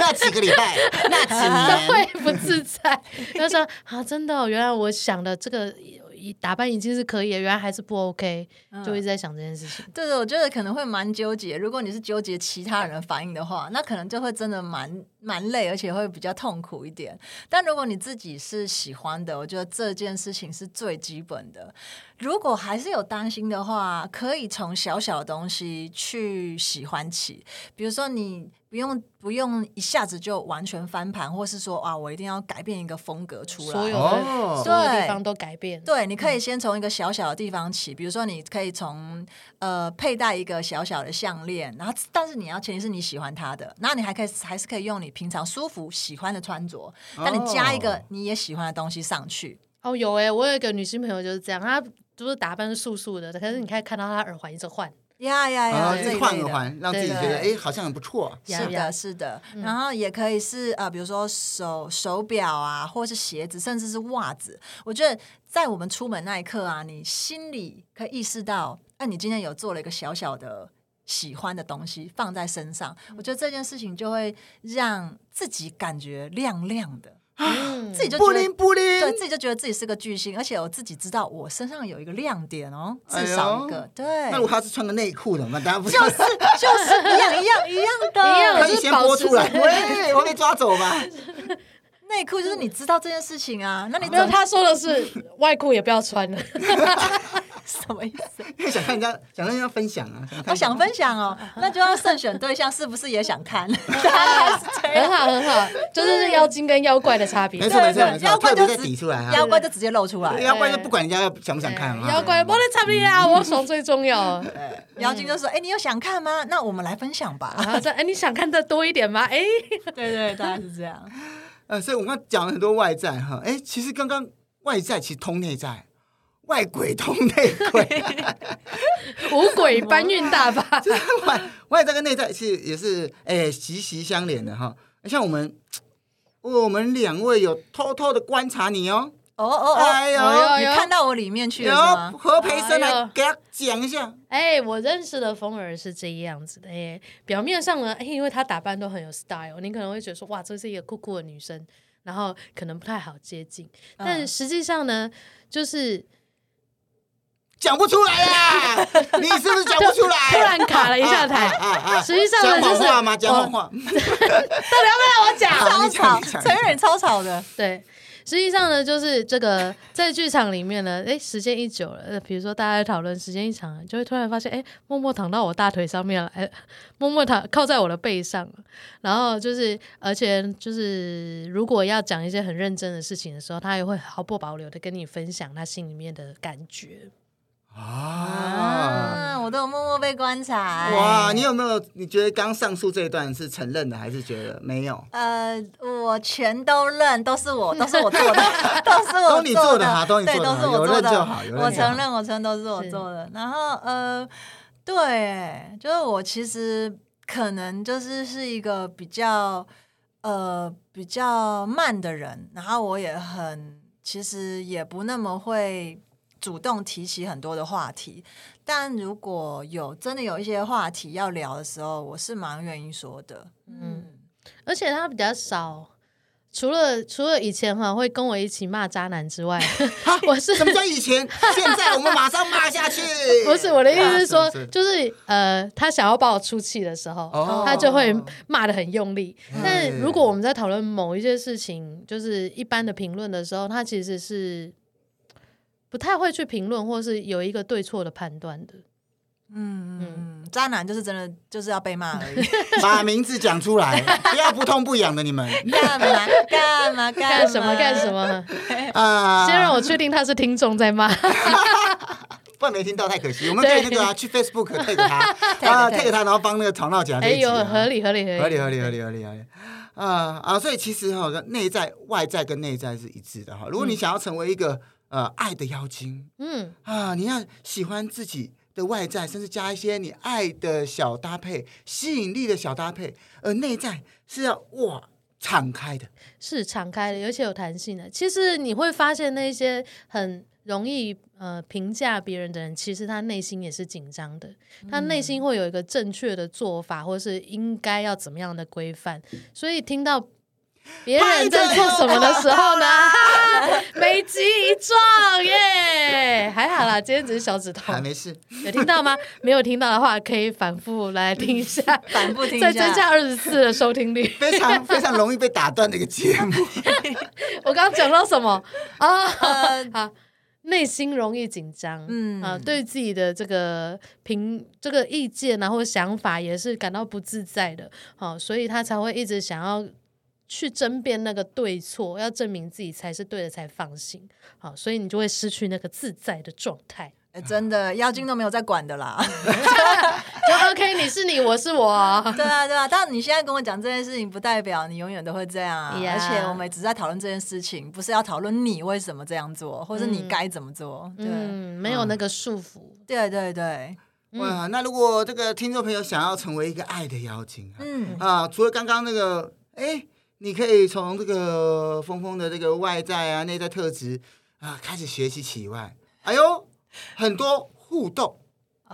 A: 那几个礼 拜， 那几
B: 都
A: 年，
B: 会不自在。他说啊，真的哦、原来我想的这个一打扮已经是可以了，原来还是不 OK，就一直在想这件事情。
C: 对对，我觉得可能会蛮纠结。如果你是纠结其他人的反应的话，那可能就会真的蛮蛮累，而且会比较痛苦一点。但如果你自己是喜欢的，我觉得这件事情是最基本的。如果还是有担心的话，可以从小小的东西去喜欢起，比如说你不用不用一下子就完全翻盘，或是说啊，我一定要改变一个风格出来。
B: 所有的、
A: 哦
B: 所有的地
C: 对
B: 方都改变，
C: 对，你可
A: 嗯
C: 以先从一个小小的地方起，比如说你可以从呃佩戴一个小小的项链，然后但是你要前提是你喜欢它的，然后你还可以还是可以用你平常舒服喜欢的穿着，但你加一
A: 哦
C: 个你也喜欢的东西上去。
B: 哦，有诶、我有一个女性朋友就是这样，她就是打扮是素素的，可是你看看到她耳环一直换，
C: 呀呀
A: 然后哦就
C: 呀！这一
A: 是
C: 类
A: 换
C: 的
A: 个环，让自己觉得哎
C: 对
A: 好像很不错。
B: 呀
C: 是
B: 呀
C: 的，是的，然后也可以是啊、呃比如说手手表啊，或是鞋子，甚至是袜子。我觉得在我们出门那一刻啊，你心里可以意识到，哎、你今天有做了一个小小的喜欢的东西放在身上，我觉得这件事情就会让自己感觉亮亮的，
B: 嗯，
C: 自己就
A: 布
C: 觉得
A: 灵布灵，
C: 对自己就觉得自己是个巨星，而且我自己知道我身上有一个亮点哦，
A: 哎呦
C: 至少一个，对，
A: 那如果他是穿个内裤怎么办？大家不
C: 就是啊就是一样一样一样的，
B: 一样
A: 可以先播出来，
B: 就是保
A: 喂， 我被抓走吧。
C: 内裤就是你知道这件事情啊，那你
B: 没有，
C: 怎么
B: 她说的是外裤也不要穿 了，
C: 什么意思？
A: 因为想看人家，想让人家分享啊。
C: 我
A: 看
C: 想分享哦，那就要慎选对象是不是也想看？
B: 啊很好很好，就是妖精跟妖怪的差别
A: 没。错没错
C: 对
A: 没错，
C: 要不
A: 特
C: 然
A: 别
C: 就
A: 在
C: 直
A: 抵出来
C: 妖
A: 啊，
C: 怪就直接露出来，
A: 要不然就不管人家想不想看
B: 对
A: 啊。
B: 妖怪，我的差别啊，我手最重要。
C: 妖精就说：“哎，你有想看吗？那我们来分享吧。
B: 然后说，哎，你想看的多一点吗？ 哎，”
C: 对对，大概是这样。
A: 呃，所以我们刚刚讲了很多外在哈，哎，其实刚刚外在其实通内在，外鬼通内 鬼，
B: 五鬼搬运大法，
A: 外外在跟内在是也是哎息息相连的哈。像我们，我们两位有偷偷的观察你哦，
C: 哦哦
A: 哎呦
C: 哦，你看到我里面去了是
A: 有
C: 吗？
A: 何培生
B: 哎
A: 来
B: 呦
A: 给他讲一下，
B: 哎，我认识的风儿是这样子的耶。表面上呢，哎，因为她打扮都很有 style，你可能会觉得说，哇，这是一个酷酷的女生，然后可能不太好接近。
A: 嗯
B: 但实际上呢，就是
A: 讲不出来 啦，你是不是讲不出来？
B: 突然卡了一下台。
A: 啊啊，
B: 实际上呢，
A: 讲
B: 就
A: 谎
B: 是
A: 话吗？讲
B: 我
A: 谎话。
B: 到底要不要让我讲？
C: 超吵，
A: 你讲你讲
C: 陈远超吵的。
B: 对，实际上呢，就是这个在剧场里面呢，诶，时间一久了，呃比如说大家在讨论时间一长了，就会突然发现，诶，默默躺到我大腿上面了，哎， 默默躺靠在我的背上了。然后就是，而且就是，如果要讲一些很认真的事情的时候，他也会毫不保留的跟你分享他心里面的感觉。哦
A: 啊！
C: 啊，我都有默默被观
B: 哎
C: 察。
A: 哇，你有没有？你觉得刚上述这一段是承认的，还是觉得没有？
C: 呃，我全都认，都是 我，都是我做的，都是我
A: 都你做
C: 做
A: 的哈都你
C: 对，
A: 做的
C: 都
A: 哈
C: 是我
A: 有认
C: 做
A: 就好有认
C: 我
A: 就好
C: 承认，我承认都是我做的。然后呃，对，就是我其实可能就是是一个比较呃比较慢的人，然后我也很其实也不那么会主动提起很多的话题，但如果有真的有一些话题要聊的时候，我是蛮愿意说的。嗯，
B: 而且他比较少。除了除了以前哈会跟我一起骂渣男之外， 我 是
A: 什么叫以 前？现在我们马上骂下去。
B: 不是我的意思是说
A: 啊，是
B: 就是呃，他想要把我出气的时候，
A: 哦
B: 他就会骂的很用力。
A: 嗯
B: 但如果我们在讨论某一些事情，就是一般的评论的时候，他其实是不太会去评论，或是有一个对错的判断的。
C: 嗯嗯，渣男就是真的就是要 被骂而已，
A: 把名字讲出来，不要不痛不痒的你 们
C: 干嘛干嘛
B: 干
C: 干
B: 什么干什？么？
A: 啊！
B: 先让我确定他是听众在骂。
A: 不然没听到太可惜。我们可以那个啊，去 Facebook tag 他
C: tag
A: 啊
C: tag
A: ，tag 他，然后帮那个吵闹讲。
B: 哎呦，合理合理
A: 合啊理合理合理合理合理啊啊！所以其实哈，内在、外在跟内在是一致的哈。如果你想要成为一个呃爱的妖精
B: 嗯，
A: 啊，你要喜欢自己的外在，甚至加一些你爱的小搭配、吸引力的小搭配，而内在是要哇敞开的。
B: 是敞开的，而且有弹性的。其实你会发现，那些很容易呃评价别人的人，其实他内心也是紧张的，他内
C: 嗯
B: 心会有一个正确的做法，或是应该要怎么样的规范。所以听到别人在做什么的时候 呢，每击一撞耶，还好啦，今天只是小指头
A: 啊，，没事，
B: 有听到吗？没有听到的话，可以反复来听一下，
C: 反复 听一下
B: 再增加二十次的收听率。
A: 非常非常容易被打断的一个节 目。
B: 我刚刚讲到什么啊？
C: 呃
B: 好，内心容易紧张，嗯
C: 嗯
B: 啊，对自己的这个评这个意见啊或想法也是感到不自在的，好、所以他才会一直想要去争辩那个对错，要证明自己才是对的才放心，好、所以你就会失去那个自在的状态。
C: 哎真的妖精都没有在管 的啦。
B: 就 OK，你是你，我是我，
C: 对啊，对啊，但你现在跟我讲这件事情，不代表你永远都会这样啊。
B: Yeah
C: 而且我们只是在讨论这件事情，不是要讨论你为什么这样做，或者你该怎么做。 对、
B: 嗯，没有那个束缚，
C: 对对对，
B: 嗯
A: 哇，那如果这个听众朋友想要成为一个爱的妖精啊，
C: 嗯，
A: 啊，除了刚刚那个，哎，你可以从这个峰峰的这个外在啊、内在特质啊开始学习起以外，哎呦，很多互动、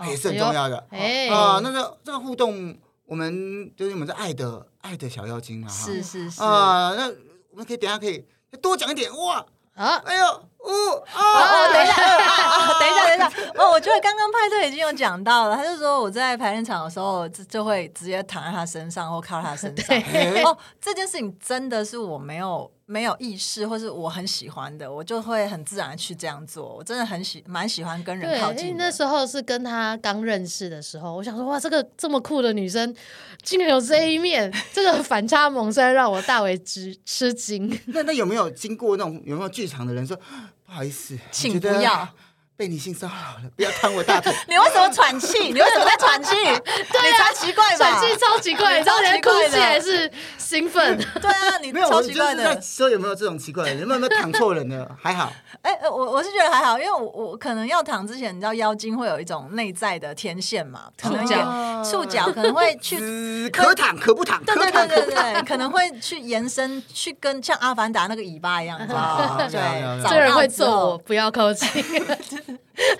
A: 也是很重要的。
B: 哦哎呦
A: 啊
B: 哎，
A: 那个这个互动，我们就是我们是爱的爱的小妖精嘛，哈
C: 是是是，
A: 啊，那我们可以等一下可以多讲一点哇，
B: 啊，
A: 哎呦，哦
C: 哦，
A: 啊，
C: 等 一下，哦，等一下，等一下。哦，我觉得刚刚派对已经有讲到了，他就说我在排练场的时候就就会直接躺在他身上或靠他身上。哦，这件事情真的是我没有没有意识，或是我很喜欢的，我就会很自然地去这样做。我真的很喜蛮喜欢跟
B: 对，
C: 人靠
B: 因为
C: 近的
B: 那。时候是跟他刚认识的时候，我想说哇，这个这么酷的女生，竟然有这一面，这个反差萌虽然让我大为吃吃惊。
A: 那那有没有经过那种有没有剧场的人说不好意思，我
C: 请
A: 觉得
C: 不要
A: 被你性骚扰了，不要看我大 腿。
C: 你为什么喘气？你为什么在 喘气？
B: 啊
C: 你才奇怪吧
B: 转？机超奇怪，
C: 超
B: 连
C: 奇
B: 哭
C: 怪的
B: 泣还是兴 奋。
C: 对啊，你
A: 没有，我
C: 超
A: 就
C: 奇
A: 是
C: 怪
A: 在
C: 的。
A: 说有没有这种奇怪的人，有没有有没有躺错人的？还好，
C: 哎、呃我我是觉得还好，因为我我可能要躺之前，你知道妖精会有一种内在的天线嘛，可能
B: 触角
C: 有触角
A: 哦
C: 可能会 去，
A: 只嗯可躺可不躺，
C: 对
A: 可
C: 对
A: 躺
C: 对
A: 可
C: 对对，可能会去延伸，去跟像阿凡达那个尾巴一样，你知道
A: 啊
C: 吗？
A: 了解了解
C: 对，找
B: 这人
C: 到
B: 会
C: 之
B: 揍
C: 后
B: 我，，不要靠近。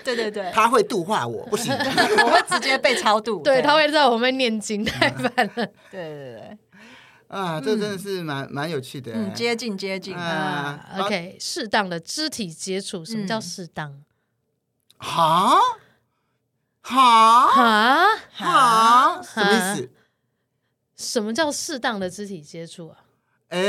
C: 对对对，
A: 他会度化我，不行。
C: 我会直接被超 度，
B: 对，他会在我们念 经，太烦了。
C: 对，对对对，
A: 啊，这真的是蛮蛮有趣的。
C: 嗯，接近接近，嗯呃
A: 啊
B: 啊 OK，适当的肢体接触，什么
C: 哦
B: 叫适当？
A: 哈哈
B: 啊？
A: 哈，什么意思？
B: 什么叫适当的肢体接触啊？
A: 哎，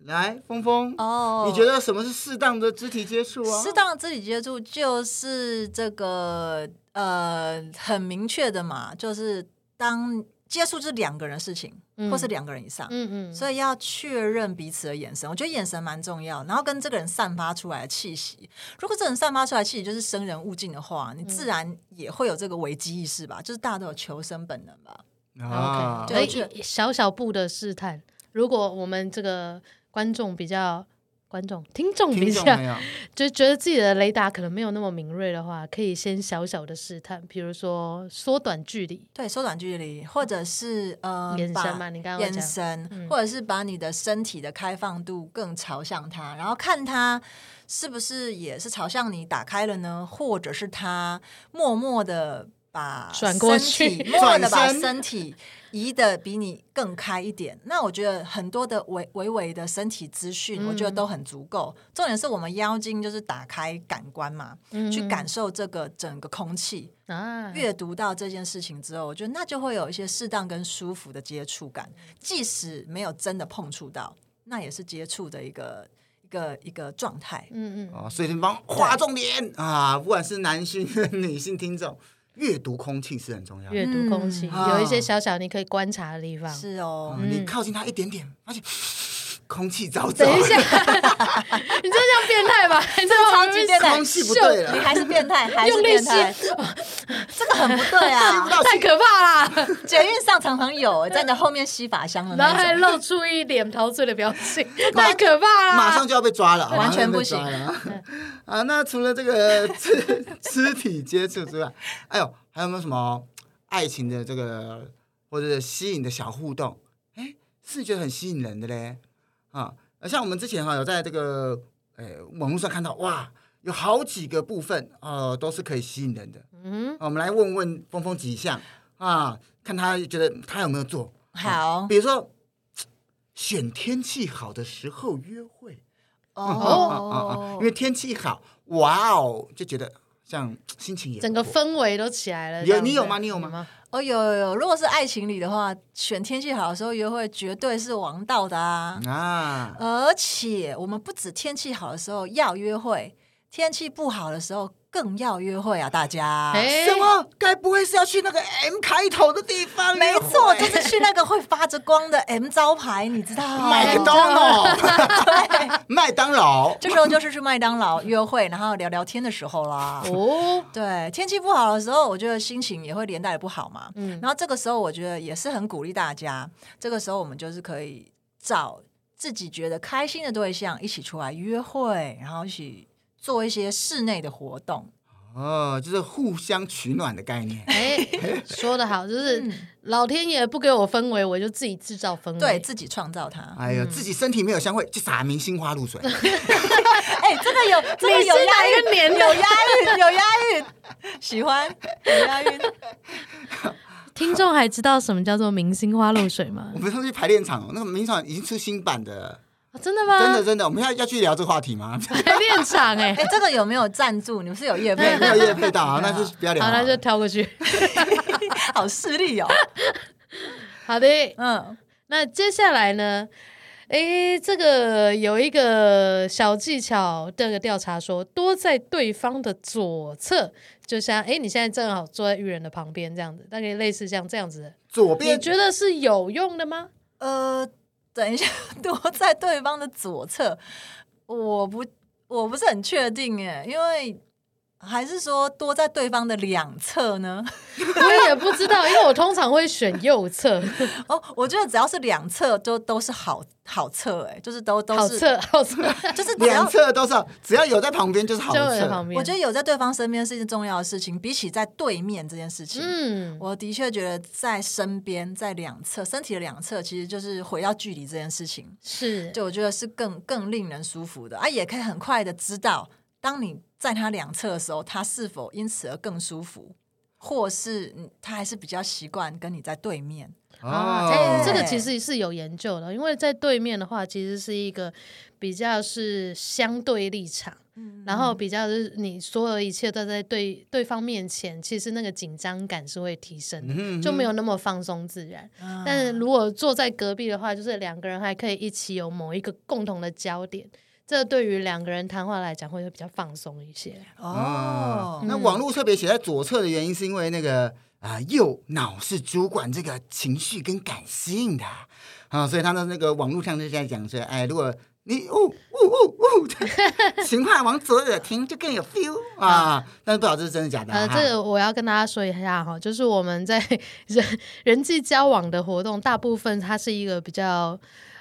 A: 来，峰峰，
C: 哦，
A: 你觉得什么是适当的肢体接触啊？
C: 适当的肢体接触就是这个呃很明确的嘛，就是当接触是两个人的事情，
B: 嗯
C: 或是两个人以上。
B: 嗯嗯，
C: 所以要确认彼此的眼神，我觉得眼神蛮重要。然后跟这个人散发出来的气息，如果这个人散发出来的气息就是生人勿近的话，你自然也会有这个危机意识吧，就是大家都有求生本能吧。
A: 啊
B: OK，
C: 对
B: 所以小小步的试探。如果我们这个观众比较观众、听众比
A: 听众哎
B: 较
A: 朋友，
B: 就觉得自己的雷达可能没有那么敏锐的话，可以先小小的试探，比如说缩短距离，
C: 对，缩短距离，或者是呃，
B: 眼
C: 把
B: 神嘛，你刚刚有
C: 眼
B: 讲，嗯
C: 神，或者是把你的身体的开放度更朝向他，然后看他是不是也是朝向你打开了呢，或者是他默默的把
B: 转过
C: 身
B: 去
C: 体默默的把
A: 转身
C: 身体移的比你更开一点。那我觉得很多的微微微的身体资讯，我觉得
B: 嗯
C: 都很足够。重点是我们妖精就是打开感官嘛，
B: 嗯
C: 去感受这个整个空气。
B: 啊，
C: 阅读到这件事情之后，我觉得那就会有一些适当跟舒服的接触感，即使没有真的碰触到，那也是接触的一个一个一个状态。
B: 嗯嗯，
A: 哦，所以你帮划重点啊，不管是男性、女性听众，阅读空气是很重要的。
B: 阅读空气、
A: 嗯
B: 有一些小小你可以观察的地方。
C: 是哦
A: 哦，你靠近它一点点，发现 空气早走
B: 等一
A: 了，
B: 下，你这像变态 吧？你这
C: 超级变态
A: 空气不对
C: 你
A: 了，
C: 还是变态，还
B: 嗯用
C: 是
B: 力
C: 变态，这个很不对 啊！
B: 太可 怕啦！
C: 捷运上常 常有在你的后面吸法香的
B: 然后还
C: 那种，
B: 露出一脸陶醉的表情，太可怕 啦！
A: 马上就要被抓了，
C: 完全不行
A: 马上就被抓了 啊！那除了这个肢 肢体接触之外，哎呦，还有没有什么爱情的这个或者吸引的小互动？哎，是觉得很吸引人的嘞啊！像我们之前哈、有在这个哎网络上看到，哇，有好几个部分呃都是可以吸引人的。
B: 嗯，
A: 啊我们来问问峰峰几项啊，看他觉得他有没有做。
C: 好
A: 比如说，选天气好的时候约会。
C: 哦
A: 啊
B: 哦
A: 因，为天气好，哇哦，就觉得像心情也不
B: 整个
A: 错
B: 氛围都起来了。
A: 有
B: 这样子
A: 你有吗你有吗？
C: 哦有有有，如果是爱情里的话，选天气好的时候约会绝对是王道的啊！
A: 啊，
C: 而且我们不止天气好的时候要约会，天气不好的时候更要约会啊！大家，
B: 哎
A: 什么？该不会是要去那个 M 开头的地方约
C: 没
A: 会？
C: 错，就是去那个会发着光的 M 招牌，你知道吗？
A: 麦当 劳，麦当劳，
C: 这时候就是去麦当劳约会，然后聊聊天的时候啦。
B: 哦，
C: 对，天气不好的时候，我觉得心情也会连带的不好嘛。
B: 嗯
C: 然后这个时候，我觉得也是很鼓励大家，这个时候我们就是可以找自己觉得开心的对象一起出来约会，然后一起做一些室内的活动。
A: 哦，就是互相取暖的概念。
B: 哎， 说的好，就是老天爷不给我氛围，我就自己制造
A: 嗯
B: 氛围。
C: 对自己创造它。
A: 哎
B: 嗯
A: 呦，自己身体没有香味，就撒明星花露 水。
C: 哎、这个有，这个
B: 你是
C: 有押
B: 哪一
C: 韵，
B: 个年
C: 有
B: 的？
C: 押韵，有押韵，喜欢有押韵。
B: 听众还知道什么叫做明星花露水吗
A: 我？们上次去排练场哦，那个名场已经出新版的了，
B: 啊真的吗？
A: 真的真的，我们要要去聊这个话题 吗？
B: 排练场 哎、
C: 哎、这个有没有赞助？你们是有业配
A: 没
C: 吗
A: 有？夜配到啊，那就不要聊
B: 好，
A: 了。
B: 那就跳过去。
C: 好势利哦。
B: 好的，
C: 嗯，
B: 那接下来呢？诶，这个有一个小技巧，这个调查说，多在对方的左侧，就像哎诶，你现在正好坐在愚人的旁边这样子，大概类似像这样子的，
A: 左
B: 你
A: 边
B: 觉得是有用的吗？
C: 呃， 等一下，我在对方的左侧，我不，我不是很确定哎，因为。还是说多在对方的两侧呢？
B: 我也不知道，因为我通常会选右侧，
C: 哦，我觉得只要是两侧都都是好好侧哎、就是都都
B: 好
C: 是
B: 侧好侧
C: 就是只要
A: 两侧都是，只要有在旁边就是好
B: 就我的
A: 侧
B: 旁。边。
C: 我觉得有在对方身边是一件重要的事情，比起在对面这件事情，
B: 嗯，
C: 我的确觉得在身边，在两侧身体的两侧，其实就是回到距离这件事情，
B: 是，
C: 就我觉得是更更令人舒服的啊，也可以很快的知道，当你在他两侧的时候，他是否因此而更舒服，或是嗯他还是比较习惯跟你在对面。
B: 啊，
A: 哦
B: 这这个其实是有研究的，因为在对面的话，其实是一个比较是相对立场，
C: 嗯
B: 然后比较是你所有一切都在对对方面前，其实那个紧张感是会提升的，
A: 嗯
B: 就没有那么放松自然。
C: 嗯
B: 但是如果坐在隔壁的话，就是两个人还可以一起有某一个共同的焦点，这对于两个人谈话来讲会比较放松一些。
A: 哦
C: 哦，，
A: 那网络特别写在左侧的原因，是因为那个啊、右脑是主管这个情绪跟感性的啊、所以他的那个网络上就在讲说，哎，如果你呜呜呜呜，情话往左耳听就更有 feel 啊。但是不知道这是真的假的、啊
B: 呃，这个我要跟大家说一下哈，就是 我们在人人际交往的活动，大部分它是一个比较。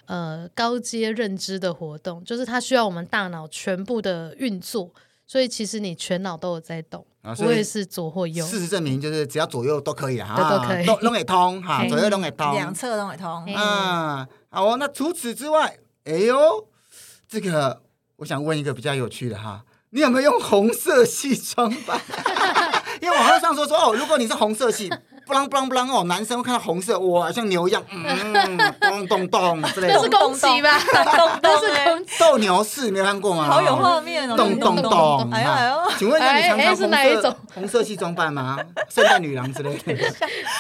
B: 呃高阶认知的活动，就是它需要我们大脑全部的运作，所以其实你全脑都有在动，
A: 啊
B: 不
A: 所以
B: 会是左或右。
A: 事实证明，就是只要左右都可以啦，
B: 都
A: 啊
B: 都可以
A: 都都给通哈，
B: 嘿
A: 左右都给通。
C: 两侧都会通
B: 嘿。
A: 啊，好哦。那除此之外，哎呦，这个我想问一个比较有趣的哈，你有没有用红色系装扮？因为网络上说说哦，如果你是红色系，不啷不啷不啷哦，男生会看到红色，哇，像牛一样，嗯，咚咚咚之类
B: 那是
A: 的。
B: 攻击吧？
C: 咚
B: 那
C: 咚
B: 是
C: 欸，
B: 攻击。
A: 斗牛士你没有看过吗？
C: 好有画面哦！
A: 咚咚咚！
C: 哎呦哎呦，
A: 请问一下，你常
B: 哎哎
A: 常
B: 是
A: 红
B: 哪一
A: 色
B: 种
A: 红色系装扮吗？圣诞女郎之类的。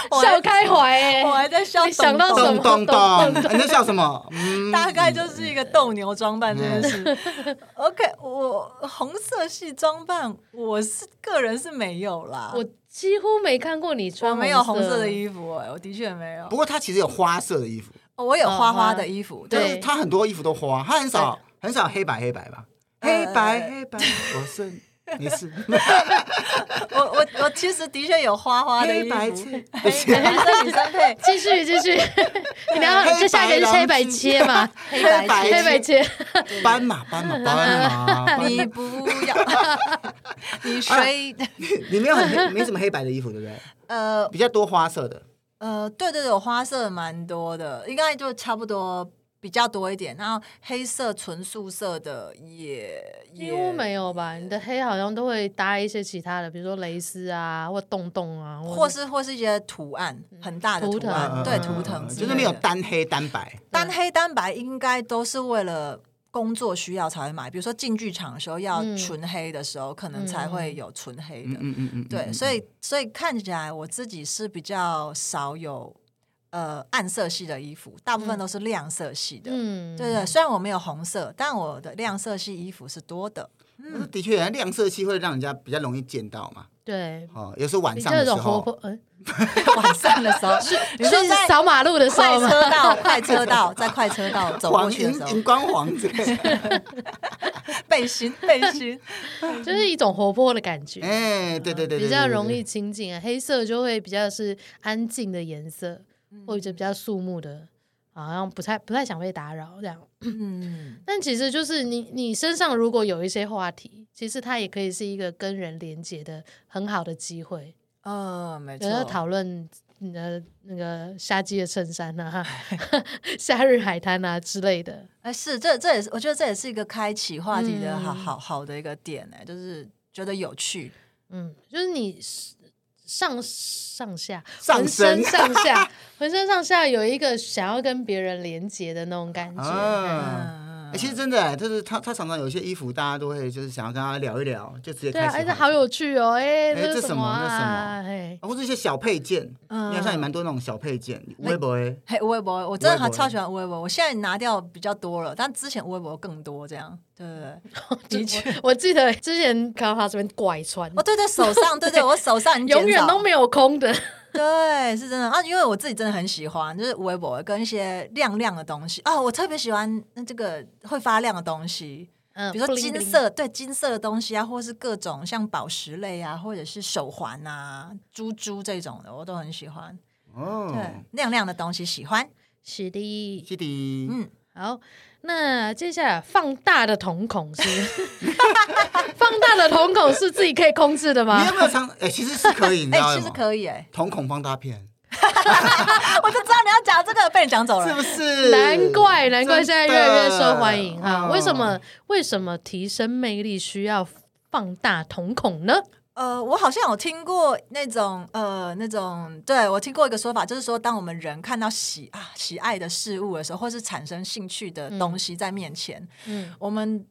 C: 我
B: 笑
C: 还
B: 开怀哎、
C: 我还在笑
B: 你想
C: 咚
B: 到
C: 咚
B: 什
A: 咚
B: 么
A: 咚
B: 咚
A: 咚！
B: 咚咚
A: 哎你在笑什么？嗯，
C: 大概就是一个斗牛装扮这件事。OK，我红色系装扮，我是个人是没有啦，
B: 我几乎没看过你穿
C: 啊我没有
B: 红
C: 红色的衣服、哎，我的确没有
A: 不。过它其实有花色的衣服。
C: 哦我有花花
B: 花
C: 的衣服，
A: 但
B: 对
A: 是他很多衣服都花，他很少很少黑白黑白吧？黑
C: 呃
A: 白黑白，我是你是
C: 我我我其实的确有花花的衣
A: 黑
C: 服，
A: 白
C: 女
A: 切，不是
C: 生女生配
B: 继续继 续，你聊这下一个是黑白切嘛？
C: 黑白
A: 白
C: 切
B: 黑白切，
A: 斑马斑马斑 马，
C: 你不 要，
A: 啊
C: 你谁？
A: 你没有很黑没什么黑白的衣服，对不对？
C: 呃
A: 比较多花色的，
C: 呃，对对对，我花色蛮多的，应该就差不多比较多一点。然后黑色纯素色的也
B: 几
C: 也
B: 乎没有吧？你的黑好像都会搭一些其他的，比如说蕾丝啊，或洞洞啊，
C: 或是或是一些图案，很大的
B: 图
C: 图案，
B: 腾
C: 对
B: 嗯
C: 图腾之类的，
A: 就是没有单黑单白。
C: 单黑单白，应该都是为了。工作需要才会买，比如说进剧场的时候要
B: 嗯
C: 纯黑的时候，可能才会有纯黑
A: 嗯
C: 的。
A: 嗯嗯嗯，
C: 对，所以所以看起来我自己是比较少有呃暗色系的衣服，大部分都是亮色系的。
B: 嗯，
C: 对对，虽然我没有红色，但我的亮色系衣服是多的。
A: 嗯的确，亮色系会让人家比较容易见到嘛。
B: 对，
A: 哦，有时候晚
B: 比
A: 上
B: 较有
A: 的
B: 一
A: 时
B: 种活泼
A: 候，，
B: 嗯，
C: 晚上的时候，是 你说
B: 是
C: 在
B: 扫马路的时
C: 快
B: 候吗？
C: 车道、快车道、在快车道走过
A: 黄
C: 去的
A: 荧
C: 时
A: 荧
C: 候，
A: 光黄之类的，
C: 背心、背 心，
B: 就是一种活泼的感觉。
A: 哎，对对对对，
B: 比较
A: 对对
B: 容易
A: 对
B: 亲近啊。黑色就会比较是安静的颜色，
C: 嗯
B: 或者比较肃穆的，好像不太不太想被打扰这样。
C: 嗯，
B: 但其实就是你你身上如果有一些话题，其实它也可以是一个跟人连接的很好的机会，
C: 呃，没
B: 有要
C: 错，
B: 讨论。你的那个夏季的衬衫 啊，夏日海滩啊之类的，
C: 哎，是这这也是我觉得这也是一个开启话题的好
B: 嗯
C: 好好的一个点哎，就是觉得有趣，
B: 嗯，就是你是上上下
A: 上
B: 浑
A: 身
B: 身上 下浑身上下有一个想要跟别人连接的那种感觉，
A: 啊。
C: 嗯
A: 欸、其实真的、欸，就是他他常常有一些衣服，大家都会就是想要跟他聊一聊，就直接
B: 对
A: 开
B: 啊，
A: 始
B: 哎，
A: 换、
B: 这好有趣哦！哎，
A: 哎这
B: 是
A: 什
B: 什
A: 么那什
B: 啊？
A: 么
B: 哎，
A: 啊，或者一些小配件，
B: 嗯
A: 你好像也蛮多那种小配件，微博哎，
C: 嘿，微博，我真的
A: 微博
C: 还超喜欢微博，我现在拿掉比较多了，但之前微博更多这样，对 对对，的确，
B: 我记得之前看到他这边怪穿，
C: 哦对对，手上对对，我手上 已经
B: 永
C: 减
B: 远
C: 少
B: 都没有空的，
C: 对，是真的啊，因为我自己真的很喜欢，就是微博跟一些亮亮的东西啊，我特别喜欢那这个会发亮的东西，
B: 嗯
C: 比如说
B: 不灵
C: 金
B: 不灵
C: 色，对金色的东西啊，或是各种像宝石类啊，或者是手环啊、珠珠这种的，我都很喜欢。对
A: 哦，，
C: 亮亮的东西喜欢。
B: 是的。
A: 基迪，
C: 嗯
B: 好，那接下来放大的瞳孔是 放大的瞳孔是自己可以控制的
A: 你
B: 吗
A: 有？没有常？哎、其实是 可以，你知
C: 哎、
A: 道吗？
C: 其实可以哎、
A: 瞳孔放大片，
C: 我就知道你要讲这个，被你讲走
A: 是
C: 了。
A: 不是？
B: 难怪，难怪现在越来越受欢迎
A: 真的
B: 哈。
A: 哦
B: 为什
C: 嗯
B: 么？为什么提升魅力需要放大瞳孔呢？
C: 呃，我好像有听过那种呃那种，对我听过一个说法，就是说，当我们人看到喜啊喜爱的事物的时候，或是产生兴趣的东西在面前，
B: 嗯，
C: 我们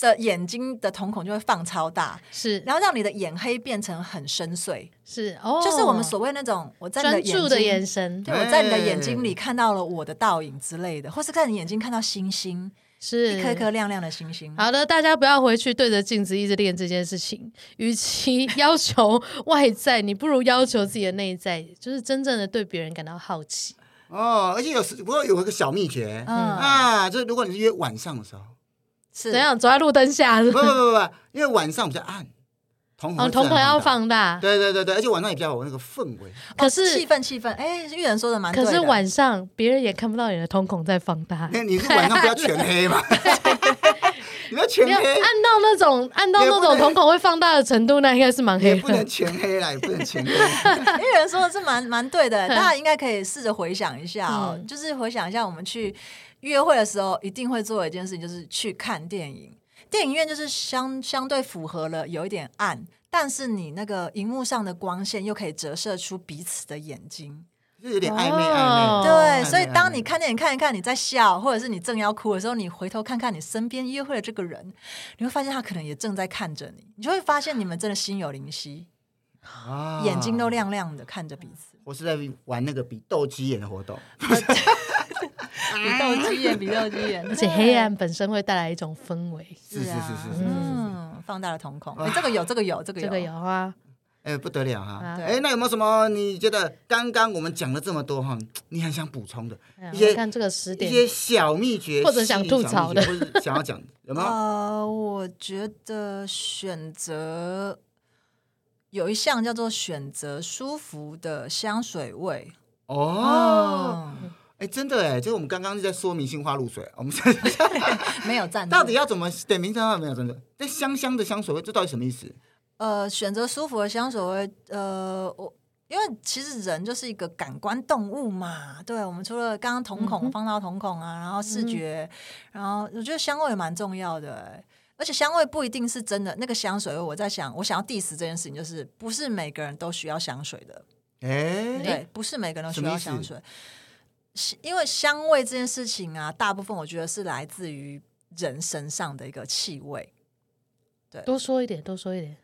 C: 的眼睛的瞳孔就会放超大，
B: 是
C: 然后让你的眼黑变成很深邃，
B: 是哦，
C: 就是我们所谓那种我在你
B: 专
C: 眼睛
B: 注的眼神
C: 对，
A: 哎
C: 我在你的眼睛里看到了我的倒影之类的，或是看你眼睛看到星星，
B: 是啊
C: 一颗一颗亮亮的星
A: 嗯
C: 星。
B: 好的，大家不要回去对着镜子一直练这件事情。与其要求外在，你不如要求自己的内在，就是真正的对别人感到好奇。
A: 哦，而且有时不过有一个小秘诀、
C: 嗯，
A: 啊，就是如果你是约晚上的时候，
C: 是哦
B: 怎样走在路灯下是
A: 不
B: 不
A: 不
B: 是
A: 不不，因为晚上比较暗，瞳孔
B: 哦，
A: 会自
B: 瞳
A: 然
B: 孔要
A: 放大。
B: 放大，
A: 对对对对，而且晚上也比较有那个氛围。
B: 可
C: 哦
B: 是
C: 气氛气氛，哎，玉人说的蛮对
B: 可
C: 的。
B: 是晚上别人也看不到你的瞳孔在 放大，
A: 那你是晚上不要全黑嘛？ 你不要全
B: 你要按
A: 黑，
B: 到那种按到那
A: 也不
B: 种
A: 能
B: 瞳孔会放大的程度，那应该是蛮
A: 也
B: 黑
A: 不能
B: 的。
A: 全黑啦，也不能全黑。
C: 玉人说的是蛮蛮对的，大家应该可以试着回想一下哦，
B: 嗯
C: 就是回想一下我们去约会的时候一定会做的一件事情，就是去看电影。电影院就是相相对符合了，有一点暗，但是你那个荧幕上的光线又可以折射出彼此的眼睛。
A: 就有点暧昧
B: 哦
A: 暧昧。
C: 对，
A: 暧
C: 所以
A: 昧
C: 当
A: 暧
C: 你
A: 昧
C: 看电影看一看，你在笑，或者是你正要哭的时候，你回头看看你身边约会的这个人，你会发现他可能也正在看着你，你就会发现你们真的心有灵犀，
A: 啊
C: 眼睛都亮亮的看着彼此。
A: 我是在玩那个比斗鸡眼的活动，啊
C: 比斗鸡眼，比斗鸡眼，
B: 而且黑暗啊本身会带来一种氛围，
A: 是是是是是是是，
C: 嗯，放大了瞳孔，哎，这个有，这个有，
A: 哦
C: 这个有，
B: 这个有啊。
A: 哎不得了哈！
B: 啊
A: 哎，那有没有什么你觉得刚刚我们讲了这么多哈，你很想补充的
B: 哎呀
A: 一些
B: 我看这个十
A: 一
B: 点，
A: 些小秘诀，
B: 或者想吐槽的
A: 吸引小秘诀或者想要讲的，有没有？
C: 呃，我觉得选择有一项叫做选择舒服的香水味
A: 哦，
C: 哦，
A: 哎，真的哎，就是我们刚刚是在说明星花露水，我们 现在
C: 没有赞
A: 到底要怎么对明星花露水没有真的？那香香的香水味，这到底什么意思？
C: 呃，选择舒服的香水味，呃，我因为其实人就是一个感官动物嘛，对我们除了刚刚瞳
B: 嗯
C: 孔
B: 哼
C: 放到瞳孔啊，然后视
B: 嗯
C: 觉，然后我觉得香味蛮重要的、欸而且香味不一定是真的，那个香水味，我在想，我想要 diss 这件事情，就是不是每个人都需要香水的，
A: 哎，
C: 对，不是每个人都需
A: 什么
C: 要
A: 意思
C: 香水，是因为香味这件事情啊，大部分我觉得是来自于人身上的一个气味。
B: 多说一点，多说一点。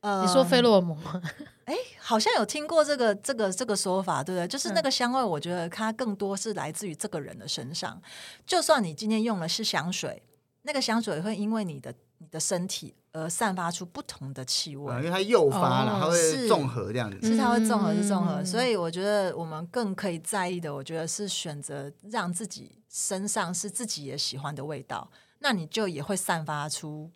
C: 呃
B: 你
A: 啊
B: 说费洛蒙吗？
C: 哎，好像有听过这个这个这个说法，对不对？就是那个香味，我觉得它更多是来自于这个人的身上。就算你今天用的是香水，那个香水会因为你的你的身体而散发出不同的气味。
A: 啊因为它诱发了，
B: 哦
A: 它
C: 是
A: 会综合这样子。
C: 是它会综合，是综合，
B: 嗯
C: 所以我觉得我们更可以在意的，我觉得是选择让自己身上是自己也喜欢的味道，那你就也会散发出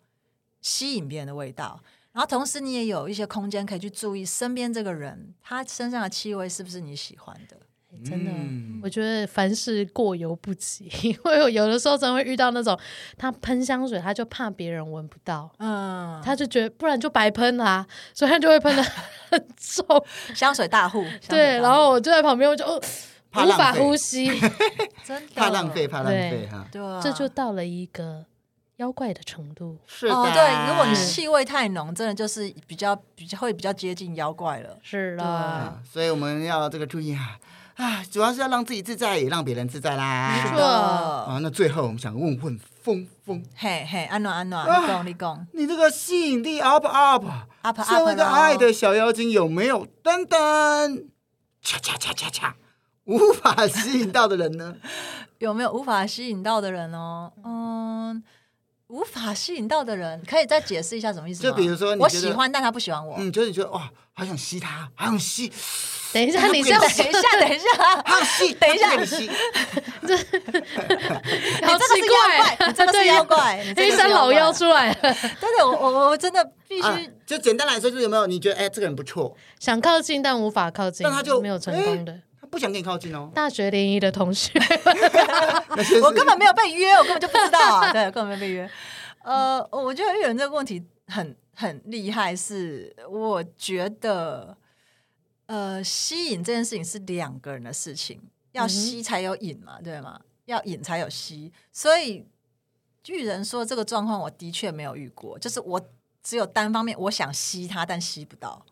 C: 吸引别人的味道。然后同时你也有一些空间可以去注意身边这个人，他身上的气味是不是你喜欢的？
B: 哎真的，
A: 嗯
B: 我觉得凡事过犹不及， 因为我有的时候真的会遇到那种他喷香水，他就怕别人闻不到。
C: 嗯，
B: 他就觉得不然就白喷啦、所以他就会喷的 很重，
C: 香水大户，香水大
B: 对。
C: 户
B: 然后我就在旁边，我 就、哦、
A: 怕
B: 无法
A: 浪费
B: 呼吸，
C: 真的
A: 怕浪费，，怕浪
B: 对
A: 费哈。
C: 对啊，
B: 这就到了一个妖怪的程度。
A: 是的，哎
C: 哦，对，如果你
B: 是
C: 气味太浓，真的就是比较比较会比较接近妖怪了。
B: 是
C: 啦
B: 啦，
A: 啊，所以我们要这个注意啊啊，主要是要让自己自在，也让别人自在
B: 没
A: 啦
B: 错。
A: 啊，那最后我们想问问峰峰，
C: 嘿嘿，安暖安暖，
A: 啊
C: 你讲你讲
A: 你这个吸引力 up 不 up？
C: ，up
A: 身
C: up
A: 为一个
C: 咯
A: 爱的小妖精有没有等等，恰恰恰恰恰，无法吸引到的人呢？
C: 有没有无法吸引到的人哦？嗯，无法吸引到的人，可以再解释一下什么意思吗？
A: 就比如说你
C: 我
A: 觉得
C: 喜欢，但他不喜欢我。
A: 嗯，就是你觉得哇，好想吸他，好想吸，
B: 等 一下，你 这样
C: 等一下，等 一下，
A: 好想吸，
C: 等一下
A: 他不给你吸，
B: 好
C: 你真的
B: 奇
C: 是妖怪，你真的
B: 怪，
C: 是妖怪，你真的
B: 黑
C: 是
B: 山老妖出来了，
C: 怪。真的，我我我真的必
A: 啊
C: 须，
A: 就简单来说，就是有没有你觉得哎，这个人不错，
B: 想靠近但无法靠近，
A: 但他就
B: 没有成功的。
A: 他不想跟你靠近哦。
B: 大学联谊的同 学，
A: 那先是
C: 啊我根本没有被约，我根本就不知道 啊，对，根本没有被约。呃，我觉得有人这个问题很很厉害是，我觉得呃，吸引这件事情是两个人的事情，要吸才有引嘛，对吗？要引才有吸，所以巨人说这个状况我的确没有遇过，就是我只有单方面我想吸他，但吸不到。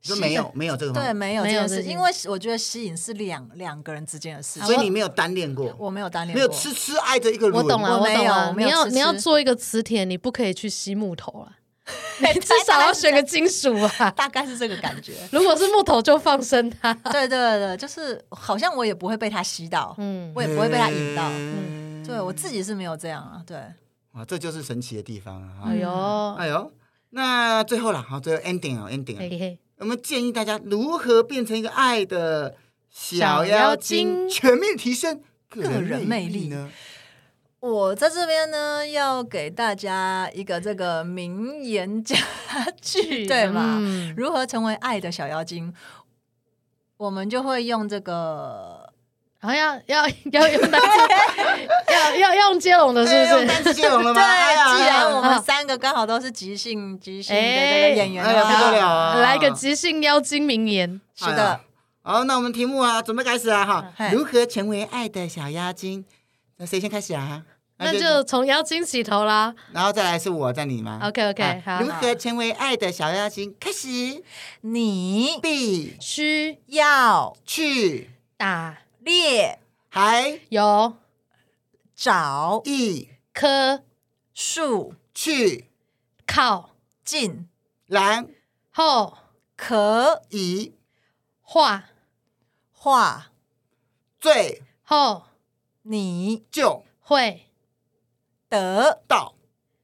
A: 就没有没有这个方
C: 对，
A: 法，
C: 没有这
B: 没有
C: 件
B: 这
C: 事，
B: 件
C: 因为我觉得吸引是两两个人之间的事情，
A: 所以你没有单恋过。
C: 我没有单恋
A: 没有
C: 过
A: 痴痴爱着一个
B: 我
A: 轮
B: 懂了，
C: 我没
B: 懂
C: 有
B: 了
C: 我。没
B: 你
C: 有
B: 要
C: 吃
B: 你要
C: 吃
B: 做一个磁铁，你不可以去吸木头啊，你至
C: 大
B: 少
C: 概
B: 要
C: 是
B: 选
C: 这
B: 个金属啊。
C: 大概是这个感觉。
B: 如果是木头，就放生它。
C: 对对对，就是好像我也不会被他吸到，
B: 嗯
C: 我也不 会被
A: 哎
C: 他引到。
A: 嗯
C: 对我自己是没有这样啊，对，
A: 啊，这就是神奇的地方啊！
B: 哎
C: 嗯
B: 呦，
A: 哎呦，那最后了，好，最后 ending 啊，ending
B: 嘿
A: 啊，
B: 嘿，
A: 我们建议大家如何变成一个爱的小
B: 小妖
A: 妖精，
B: 精
A: 全面提升
C: 个人魅力
A: 呢？
C: 我在这边呢，要给大家一个这个名言佳句， 对吗？
B: 嗯
C: 如何成为爱的小妖精？我们就会用这个，
B: 好像要要要用单字，要要要用接龙的，
A: 哎
B: 是
A: 用
B: 不
A: 单
B: 是？
A: 词接龙了吗？哎呀
C: 对，既然我
A: 哎呀
C: 们三个刚好都是即兴即兴的这个演员
A: 哎
C: 的
A: 呀，不得了
C: 话，
A: 啊！
B: 来个即兴妖精名言，
C: 是
A: 哎
C: 的
A: 呀，。好，那我们题目啊，准备开始啊哈！
C: 嗯
A: 如何成为爱的小妖精？那谁先开始啊？
B: 那就从妖精起头啦。
A: 然后再来是我，再你吗
B: OK，OK，
A: 啊
B: 好
A: 如何成为爱的小妖精？开始，
C: 你
A: 必
B: 需
C: 要
A: 去
B: 打
C: 列
A: 还
B: 有
C: 找
A: 意
B: 科
C: 数
A: 去
B: 靠
C: 进
A: 然
B: 后
C: 可
A: 以
B: 化
C: 化
A: 最
B: 后
C: 你
A: 就
B: 会
C: 得
A: 到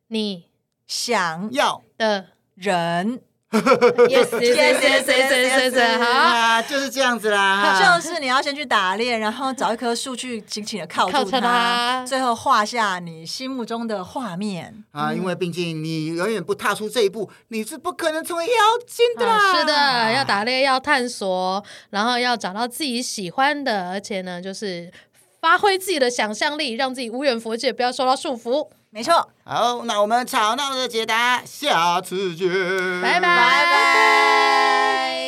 B: 你
C: 想
A: 要
B: 的
C: 人，
B: yes yes yes yes yes yes 好。
A: 啊，就是这样子啦。
C: 就
A: 哈
C: 是你要先去打猎，然后找一棵树去紧紧的靠
B: 靠
C: 住
B: 着它
C: 最后画下你心目中的画面。
A: 啊，因为毕竟你永远不踏出这一步，你是不可能成为妖精的啦。
B: 啊是的，要打猎，要探索，然后要找到自己喜欢的，而且呢，就是发挥自己的想象力，让自己无远佛界，不要受到束缚。
C: 没错，
A: 好，那我们吵闹的解答，下次见，
B: 拜拜
C: 拜拜。